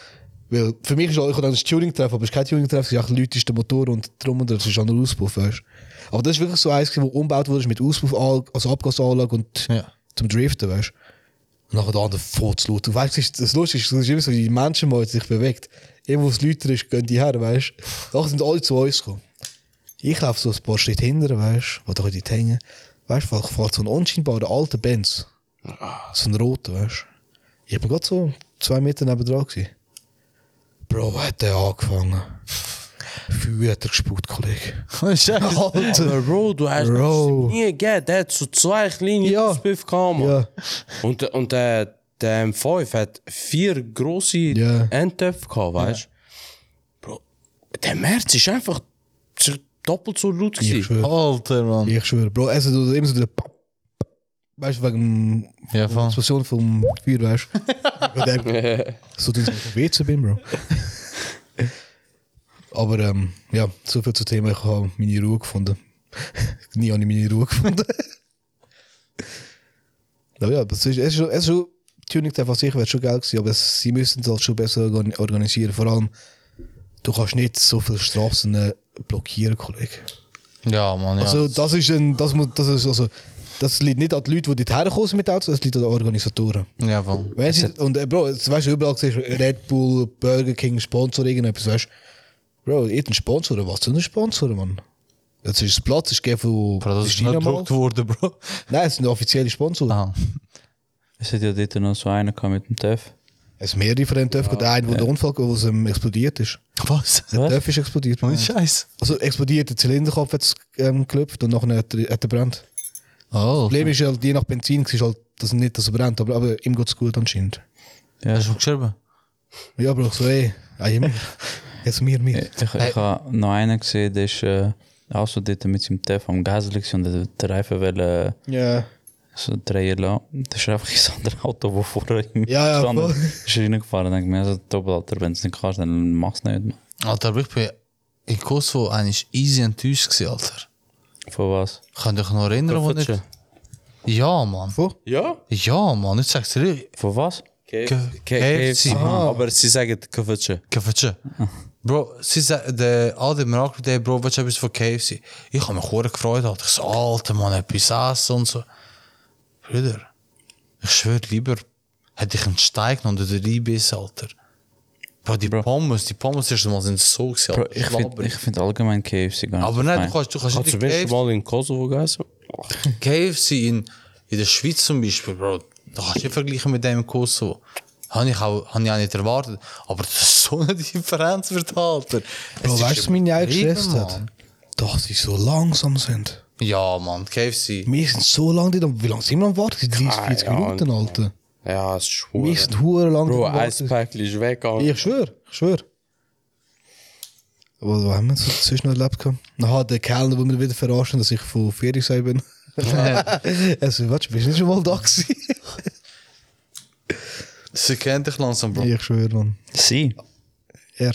Weil für mich ist auch, ich habe dann das Tuning-Treffen, aber es ist kein Tuning-Treffen, es ist einfach Leute, ist der Motor und drum und das ist ein anderer Auspuff, weißt du. Aber das ist wirklich so eins, gewesen, wo umgebaut wurde mit Auspuff, also Abgasanlage und Ja. zum Driften, weißt du. Und nachher der andere voll zu laut. Und weißt du, es ist- das Lustige ist, es ist immer so, wie die Menschenmeute sich bewegt. Irgendwo, wo es lauter ist, gehen die her, weißt du. Nachher sind alle zu uns gekommen. Ich laufe so ein paar Schritte hinterher, weißt du, wo da die hängen. Weißt du, ich fahre so einen unscheinbaren alten Benz. So einen roten, weißt du. Ich bin gerade so zwei Meter neben dran. Gewesen. Bro, hat der angefangen. Feuer hat er gespuckt, Kollege. Und Scheiß. Alter. Aber Bro, du hast Bro. das nie gegeben. Der hat so zwei kleine Ja. Auspuff gehabt, Mann. Ja. Und, und der, der M5 hat vier grosse Ja. Endtöpfe gehabt, weißt du? Bro, der März ist einfach zu- doppelt so laut Ich gewesen. schwöre. Alter, man. Ich schwöre. Bro, es ist immer so der. Weißt du, wegen dem Ja, van. Explosion vom Feuer, weißt du? so, dass ich auf dem WC bin, Bro. Aber ähm, ja, so viel zum Thema. Ich habe meine Ruhe gefunden. Nie habe ich meine Ruhe gefunden. aber ja, das ist, es ist schon, es ist schon Tuning der von sich wäre schon geil gewesen, aber es, sie müssen es halt schon besser organ- organisieren. Vor allem, du kannst nicht so viele Straßen äh, blockieren, Kollege. Ja, man. Ja. Also das ist ein, das muss, das ist also, das liegt nicht an den Leuten, die dort herkommen sind mit Autos, das liegt an den Organisatoren. ja, van. Weißt du, und äh, Bro, jetzt weißt du, überall siehst du Red Bull, Burger King, Sponsor, irgendetwas, weißt du. Bro, irgendein Sponsor, was zu einem Sponsor, Mann? Jetzt ist das Platz, ist gegeben von Bro, das ist Christina nicht mal. gedruckt worden, Bro. Nein, es sind offizielle Sponsoren. Aha. Es hat ja dort noch so einer gehabt mit dem TÜV. Es sind mehrere von den TÜV, der eine, wo der Unfall, wo es ähm, explodiert ist. Was? Der TÜV ist explodiert. Und Scheiß. Also explodiert, der Zylinderkopf hat ähm, geklopft und nachher hat er, hat er brennt. Oh. Problem ist halt, je nach Benzin, ist halt, dass er nicht, dass er brennt, aber, aber ihm geht es gut anscheinend. Ja, is ook geschreven. Ja, Bro, so, ey, ey, mir. Jetzt mir, mir. Ich, ich habe noch einen gesehen, der ist äh, auch so dort mit seinem TÜV am Gasel gewesen und der hat den Reifen wollte Ja. äh, so drehen lassen. Das ist einfach ein anderes Auto, das vorher im Ja, ja, stand voll. ist reingefahren. Ich denke mir, also, Doppelauto, wenn du es nicht kannst, dann mach es nicht. Man. Alter, ich bin in Kosovo eigentlich easy enttäuscht gewesen, Alter. Von was? Könnt ihr euch noch erinnern, wo nicht... Ja, Mann. Wo? Ja? Ja, Mann, ich sag's dir. Von was? K- K- K- KFC. KFC. Ah. Aber sie sagen Kaffee. Kevetje. Bro, sinds de, de, al die Merkel deed, bro, wat hebben ze voor KFC? Ik had me gewoon gefreut, had ik zei, alte man, heb je saus en zo. Bruder, ik zweer lieber, hätte ich einen Steig noch der Liebe ist, Alter. Bro, die Pommes, die Pommes erstmal sind so gewesen, Bro, Alter. ich finde Schlabberig. ich find allgemein KFC gar nicht. Aber nein, du geil. kannst, du kannst Hat nicht zum die ersten KFC, Mal in Kosovo gegessen? KFC in, in der Schweiz zum Beispiel, Bro, da kannst du nicht vergleichen mit dem in Kosovo. Habe ich, auch, habe ich auch nicht erwartet. Aber das ist so eine Differenz wird, Alter. Bro, weißt du, was mich auch gestresst übertrieben, hat? Mann. Dass sie so langsam sind. Ja, man, KFC. Wir sind so lange dort. Wie lange sind wir am Warten? Seit 30, 40 Keine Minuten, Alter. Ja, es ist schwul. Wir sind hure lang Bro, dort am ein Warten. Päckchen ist weggegangen. Ich schwöre, ich schwöre. Aber was haben wir so dazwischen noch erlebt? gehabt? Aha, der Kellner, wo wir wieder verarschen, dass ich von Ferien sein bin. also, warte, bist du nicht schon mal da gewesen? Sie kennt dich langsam, Bro. ich schwöre, Mann. Sie? Er.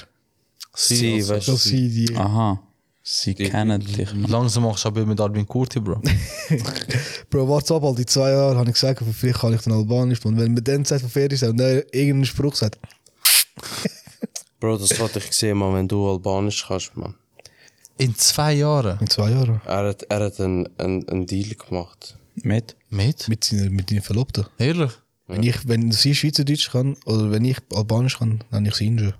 Sie, Ah. also. weißt du, Das sind die. Aha. Sie kennen dich. Mann. Langsam machst du aber mit Albin Kurti, Bro. Bro, warte ab, al die zwei Jahre habe ich gesagt, vielleicht kann ich dann Albanisch. Und wenn man dann sagt, von Ferien sein und dann irgendeinen Spruch sagt, Bro, das hatte ich gesehen, man, wenn du Albanisch kannst, man. In zwei Jahren. in zwei Jahren. Er hat, er hat einen, einen, einen Deal gemacht. Mit? Mit? Mit, seiner, mit deinen Verlobten. Ehrlich? Wenn, ich, wenn sie Schweizerdeutsch kann oder wenn ich Albanisch kann, dann ich sie schon.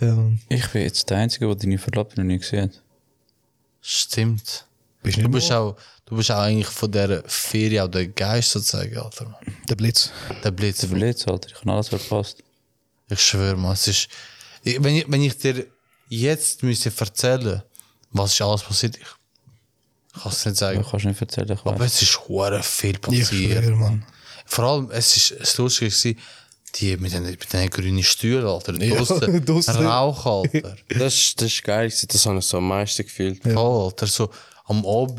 ja, Ich bin jetzt der Einzige, der deine Verlobte noch nie gesehen hat. Stimmt. bist Du nicht bist auch, du bist auch eigentlich von dieser Ferie auch der Geist sozusagen, Alter. Mann. der Blitz. Der Blitz. Der Blitz, Alter, ich habe alles verpasst. Ich schwöre, man, es ist. Ich, wenn, ich, wenn ich dir jetzt müsste erzählen, was ist alles passiert, ich kann es Du nicht sagen. kannst nicht erzählen, ich Aber weiß. es ist hure viel Ich passiert. schwöre, Mann. Vor allem, es ist es lustig gewesen, die mit den, mit den grünen Stühlen, Alter. Draussen, draussen. Rauch, Alter. Das, ist- das ist geil, gewesen, das habe ich so am meisten gefühlt. Voll, Alter. So, am Abend,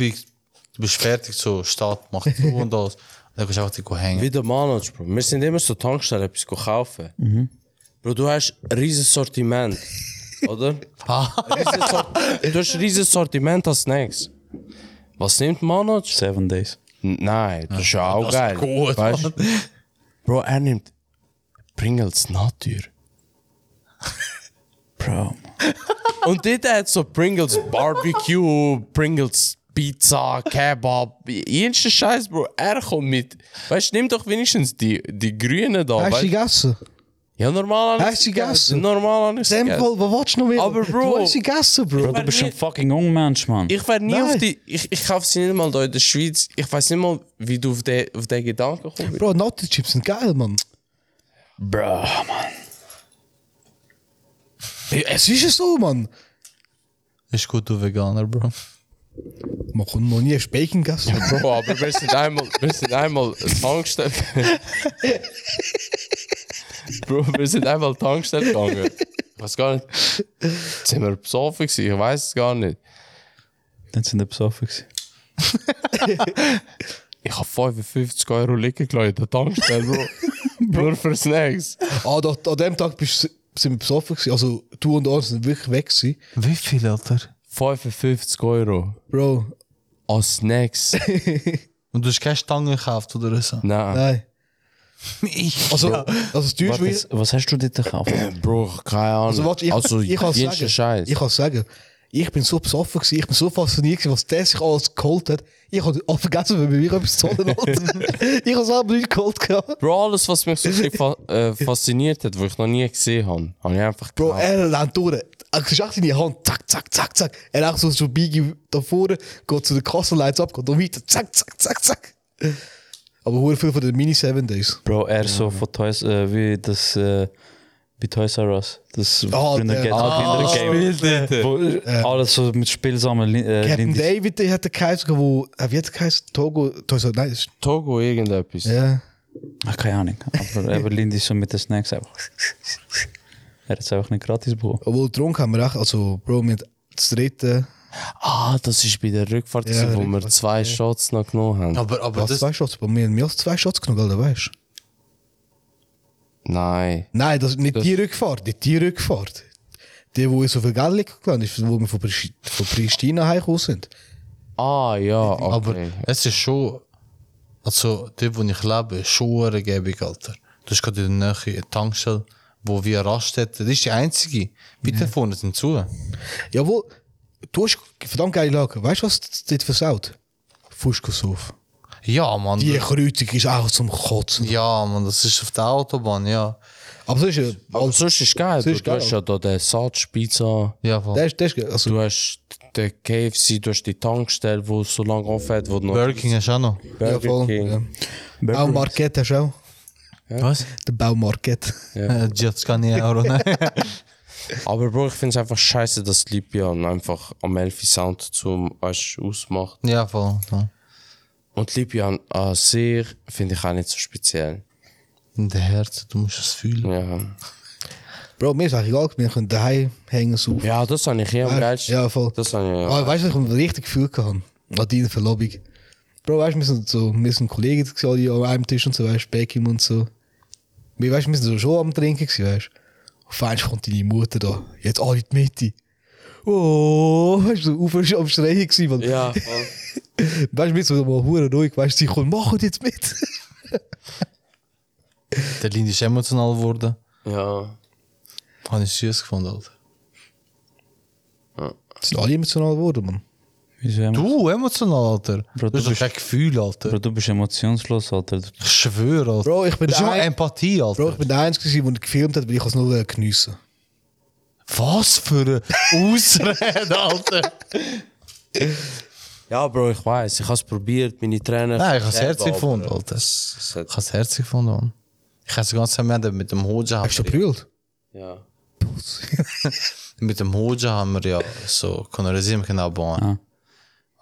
du bist fertig, so, Stadt macht so und das. Und dann kannst du einfach dich hängen. Wie der Manage, Bro. Wir sind immer so Tankstellen etwas kaufen. Bro, du hast ein riesiges Sortiment. oder? Riesiges Sort- du hast ein riesiges Sortiment als Snacks. Was nimmt Manage? Seven Days. N- Nein, das ist ja auch das ist geil. gut, weißt? du? Bro, er nimmt Pringles Natur. Bro, Mann. Und dort hat so Pringles Barbecue, Pringles Pizza, Kebab, jensten Scheiß, Bro. Er kommt mit. Weißt du, nimm doch wenigstens die, die Grünen da. Hast du Weißt? die gegessen? Ja, normal an Hast du gegessen? Normal an Sam, gegessen. was willst du noch mehr? Aber Bro- Du hast die gegessen, Bro. Bro du bist ein fucking Unmensch, Mann. Ich wär nie Nein. auf die. Ich, ich kauf sie nicht mal da in der Schweiz. Ich weiß nicht mal, wie du auf den auf den Gedanken kommst. Bro, Naughty Chips sind geil, Mann. Bro, Mann. Ja, Es ist ja so, Mann. Ist gut, du Veganer, Bro. Man kann noch nie Bacon gegessen. Bro, aber wir sind einmal, wir sind einmal Tankstelle. Bro, wir sind einmal Tankstelle gegangen. Ich weiß gar nicht. Sind wir besoffen gewesen? Ich weiß es gar nicht. Dann sind wir besoffen. gewesen. Ich habe 55 Euro liegen gelassen in der Tankstelle, Bro. Nur für Snacks. ah, doch, an dem Tag bist, sind wir besoffen. gewesen. Also, du und ich sind wirklich weg. Gewesen. Wie viel, Alter? 55 Euro. Bro, An Snacks. Und du hast keine Stangen gekauft oder so? Nein. nein. Ich. Also, also das teuerste, Warte, was jetzt, was hast du dort gekauft? Bro, keine Ahnung. Also, warte, ich, ich kann jensten sagen, Scheiß. ich kann sagen, ich bin so besoffen gewesen, ich bin so fasziniert gewesen, was der sich alles geholt hat. Ich habe auch vergessen, wenn bei mir etwas zu holen hat. ich habe selber nicht geholt gehabt. Bro, alles, was mich so ein bisschen fa äh, fasziniert hat, was ich noch nie gesehen habe, habe ich einfach Bro, gekauft. er lernt durch. Er schafft seine Hand, zack, zack, zack, zack. Er läuft so so Biggie da vorne, geht zu den Kassenlights ab, geht noch weiter, zack, zack, zack, zack. Aber hure viel von den Mini Seven Days. Bro, er so von Toys, äh, wie das, äh, bei Toys R Us. Das Ah, der- Kinder- ah, Kinder- Game. Wo, äh, alles so mit Spielsammeln. Äh, Captain Lindis. David der hat der geheißen, wo, äh, wie hat der geheißen? Togo, Toys R- nein, ist, Togo irgendetwas. ja. Ach, keine Ahnung. Aber eben Lindy so mit den Snacks einfach. er hat es einfach nicht gratis bekommen. Obwohl, getrunken haben wir auch, also, Bro, mit das dritte, Ah, das ist bei der Rückfahrt, Ja, gewesen, wo wir Rückfahrt, zwei Shots noch genommen haben. Aber, aber Was, das. zwei Shots? Bei mir, mir hast zwei Shots genommen, Alter, weißt du? Nein. Nein, das, nicht die Rückfahrt, nicht die Rückfahrt. Die, wo ich so viel Geld gegangen ist, wo wir von, Pris- von Pristina heimgekommen sind. Ah, ja, okay. Aber es ist schon. Also, dort, wo ich lebe, ist schon eine gäbig, Alter. Du hast gerade in der Nähe eine Tankstelle, wo wir Raststätten, das ist die einzige. Bitte vorne sind zu. Jawohl, du hast verdammt geile Lage. Weißt du, was dit versaut? Fuschkosshof. Ja, Mann. Die Kreuzung ist auch zum Kotzen. Ja, Mann, das ist auf der Autobahn, ja. Aber das ist ja. Aber sonst ist es geil. Sonst Du, ist du hast geil. ja da den Saatspizza, Ja, voll. Das ist, das ist, also, du hast den KFC, du hast die Tankstelle, die so lange offen hat, wo du noch Burger King ist auch noch. ja, Burger voll. King. Ja. Baumarket hast du auch. Was? Der Baumarket. Äh, Jetzt kann ich Euro nein. Aber Bro, ich finde es einfach scheiße, dass Libian einfach am Elfi Sound zum weißt, du, ausmacht. Ja, voll. Ja. Und Libian an sich finde ich auch nicht so speziell. In der Herzen, du musst es fühlen. Ja, Bro, mir ist eigentlich egal, wir können daheim hängen, so. ja das habe ich eh am geilsten. Ja, voll. Das habe ich ja. Ah, weißt du, ich habe ein richtig Gefühl gehabt an deiner Verlobung. Bro, weißt du, wir sind so, wir sind Kollegen gewesen, alle an einem Tisch und so, weißt du, Beckim und so. Wir, weißt, wir sind so schon am Trinken gewesen, weißt du. Auf einmal kommt deine Mutter da, jetzt alle in die Mitte. Oh, weißt du, so auf am Schreien gewesen, weil, Ja, voll. weißt du, wir sind so mal hure ruhig, weißt du, sie kommen, machen jetzt mit. Der Lind ist emotional geworden. ja. Habe ich süß gefunden, Alter. sind alle emotional geworden, Mann. Wieso immer? Du, emotional, Alter. Bro, du du hast doch bist- kein Gefühl, Bro, Alter. du bist emotionslos, Alter. Du- Ich schwöre, Alter. Bro, ich bin das ist der nur ein- Empathie, Alter. Bro, ich bin der Einzige, gewesen, der gefilmt hat, weil ich es nur äh, geniessen Was für eine Ausrede, Alter. ja, Bro, ich weiß. Ich habe es probiert, meine Trainer. Nein, ich habe es Selber, herzig aber gefunden, Alter. Ich es hat- habe es herzig gefunden, Mann. Ich habe es ganz vermieden mit dem Hoja. haben Hast du wir- gebrüllt? Ja. Mit dem Hoja haben wir ja so Konversieren können abbauen. Ah.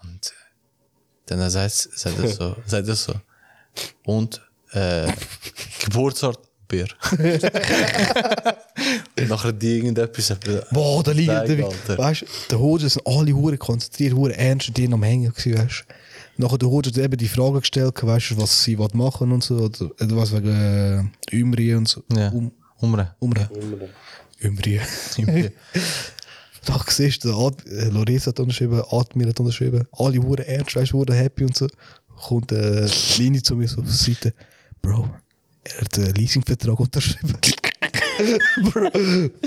Und äh, dann sagt, sagt er so, sagt er so. Und äh, Geburtsort Bier. Und nachher die irgendetwas. Boah, da liegen Zeig, der Alter. Weißt du, der Hodge sind alle Huren konzentriert, Huren ernst und denen am Hängen gewesen, weißt du. Nachher der Hodge hat eben die Frage gestellt, weißt du, was sie wollen machen und so, oder, oder was wegen äh, Umri und so. Ja. Um, Umre. Umre. Umri. Da siehst du, der Ad, äh, Lorenz hat unterschrieben, Admir hat unterschrieben, alle Huren ernst, weißt du, Huren happy und so. Kommt äh, Lini zu mir so auf die Seite, Bro, er hat einen Leasingvertrag unterschrieben. Bro,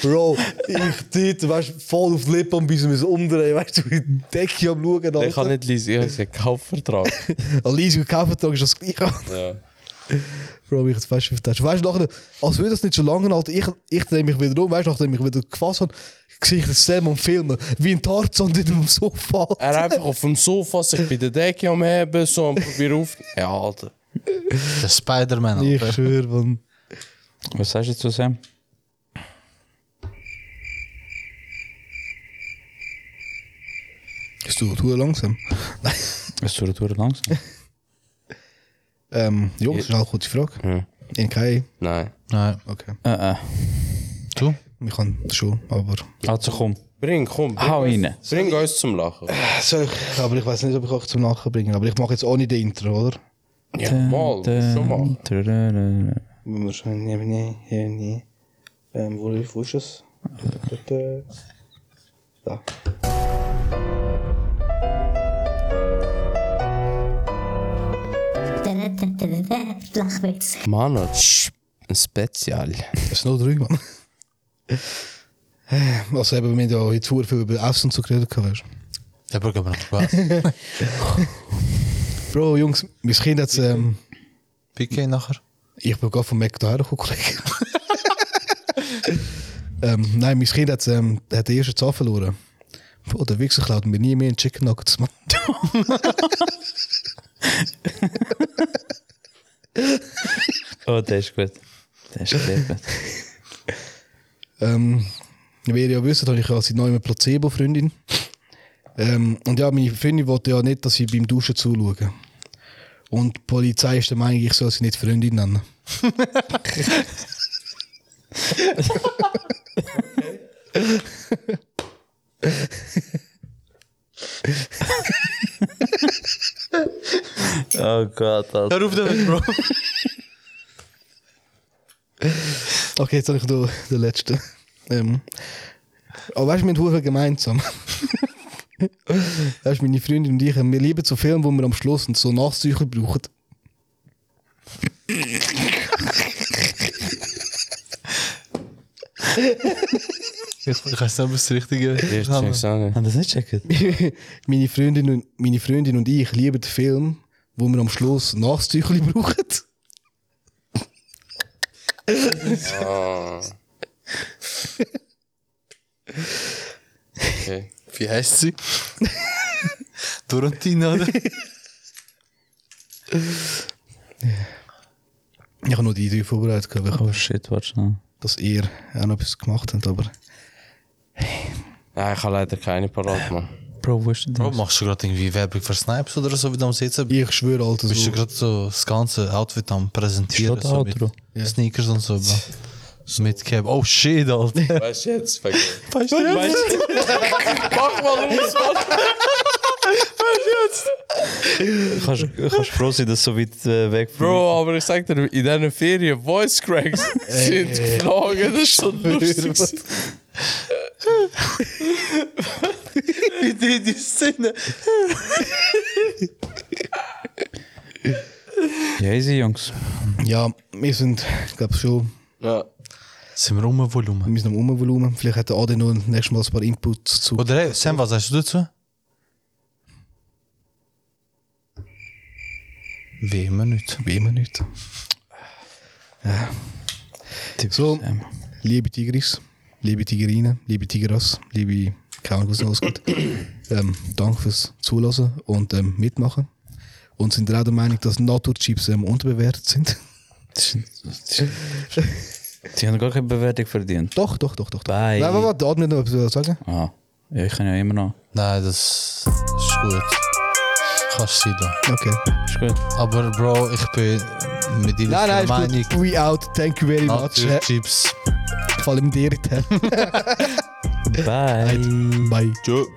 Bro, ich dort, weißt du, voll auf die Lippen und bis wir es umdrehen, weißt du, wie die Decke am Schauen. Ich kann Alter. nicht lesen, ich habe einen Kaufvertrag. Ein Leasing- und Kaufvertrag ist das gleiche. ja. Bro, ich jetzt fast vertauscht. Weißt du, nachher, als würde das nicht so lange halten, ich, ich drehe mich wieder um, weißt du, nachdem ich wieder gefasst habe, sehe ich den Sam am Filmen, wie ein Tarzan in dem Sofa. Er einfach auf dem Sofa sich bei der Decke am Heben, so am Probier auf. Ja, Alter. Der Spider-Man, Ich Alter. schwöre, man. Was sagst du zu Sam? Es tut hure langsam. Es tut verdammt langsam. Ähm, Jungs, das ist eine gute Frage. Ja. In Kai, Nein. Nein. okay. Äh, äh. Du? Ich kann schon, aber. Also komm, Bring, komm. Bring, hau rein. uns- bring uns zum Lachen. Soll ich, aber ich weiß nicht, ob ich euch zum Lachen bringe. Aber ich mache jetzt ohne den Intro, oder? Ja, mal, schon Ähm, mal. mal. Wahrscheinlich nicht, hier nie. Ähm, wo, wo ist es? Da. Flachwitz. Mano, tsch, ein Spezial. Es sind nur drei, Mann. Also eben, wir haben ja jetzt hure viel über Essen zu reden gehabt, weißt du. Ja, Bro, gib mir noch Spaß. Bro, Jungs, mein Kind hat ähm, Piquet nachher. Ich bin gerade vom Mac hierher gekommen, Kollege. ähm, nein, mein Kind hat, ähm, hat den ersten Zahn verloren. Bro, der Wichser klaut mir nie mehr einen Chicken Nuggets, Mann. Oh, der ist gut. Der ist sehr gut. Ähm, wie ihr ja wisst, habe ich ja seit neuem eine Placebo-Freundin. Ähm, und ja, meine Freundin wollte ja nicht, dass ich beim Duschen zuschaue. Und die Polizei ist der Meinung, ich soll sie nicht Freundin nennen. Oh Gott, Alter. Hör auf damit, Bro. Okay, jetzt habe ich noch den letzten. Ähm, aber weißt du, wir haben verdammt viel gemeinsam. weißt du, meine Freundin und ich, wir lieben so Filme, wo wir am Schluss so Nachzügler brauchen. Ich, ich weiß nicht, ob es das Richtige Ich check's auch nicht. Haben das nicht gecheckt? meine, Freundin und, meine Freundin und ich lieben den Film, wo wir am Schluss Nachstüchli brauchen. Ah. Okay. Wie heißt sie? Dorotina, oder? Ich habe nur die drei vorbereitet, gehabt, weil ich- Oh shit, warte schnell. dass ihr auch noch etwas gemacht habt, aber Nein, ich habe leider keine parat, Mann. Bro, wo ist denn Bro, das? machst du gerade irgendwie Werbung für Snipes oder so, wie du am Sitzen bist? ich schwöre, Alter, Bist so, du gerade so das ganze Outfit am Präsentieren? Ist das So ein mit Outro? Sneakers und so. Bro. So Mit Cap. Oh shit, Alter. Weißt du jetzt? Vergiss. Weißt du, weißt Kannst, kannst froh sein, dass so weit äh, weg von Bro, aber ich sag dir, in diesen Ferien Voice Cracks sind geflogen. Das ist so lustig. Wie die, die Szene. Ja, easy, Jungs. ja, wir sind, glaube schon, Ja. Sind wir um Volumen? wir sind am Umvolumen. Vielleicht hat der Ade noch nächstes Mal ein paar Inputs zu. Oder hey, Oh, Sam, was sagst du dazu? Wie immer nicht. Wie immer nicht. Ja. So, liebe Tigris, liebe Tigerinen, liebe Tigeras, liebe keine Ahnung, was noch alles geht. ähm, danke fürs Zulassen und ähm, Mitmachen. Und sind ihr auch der Meinung, dass Naturchips ähm, unterbewertet sind? Die haben gar keine Bewertung verdient. doch, doch, doch, doch. doch. Bye. Nein, warte, warte, der Ade hat noch etwas sagen. Ah, ja, ich kann ja immer noch. Nein, das ist gut. Kannst sie da. Okay. Ist gut. Aber Bro, ich bin mit dir Nein, der nein, Meinung. ist gut. We out, thank you very much. Äh, Naturchips. vor allem dir. Bye. Bye. Tschüss.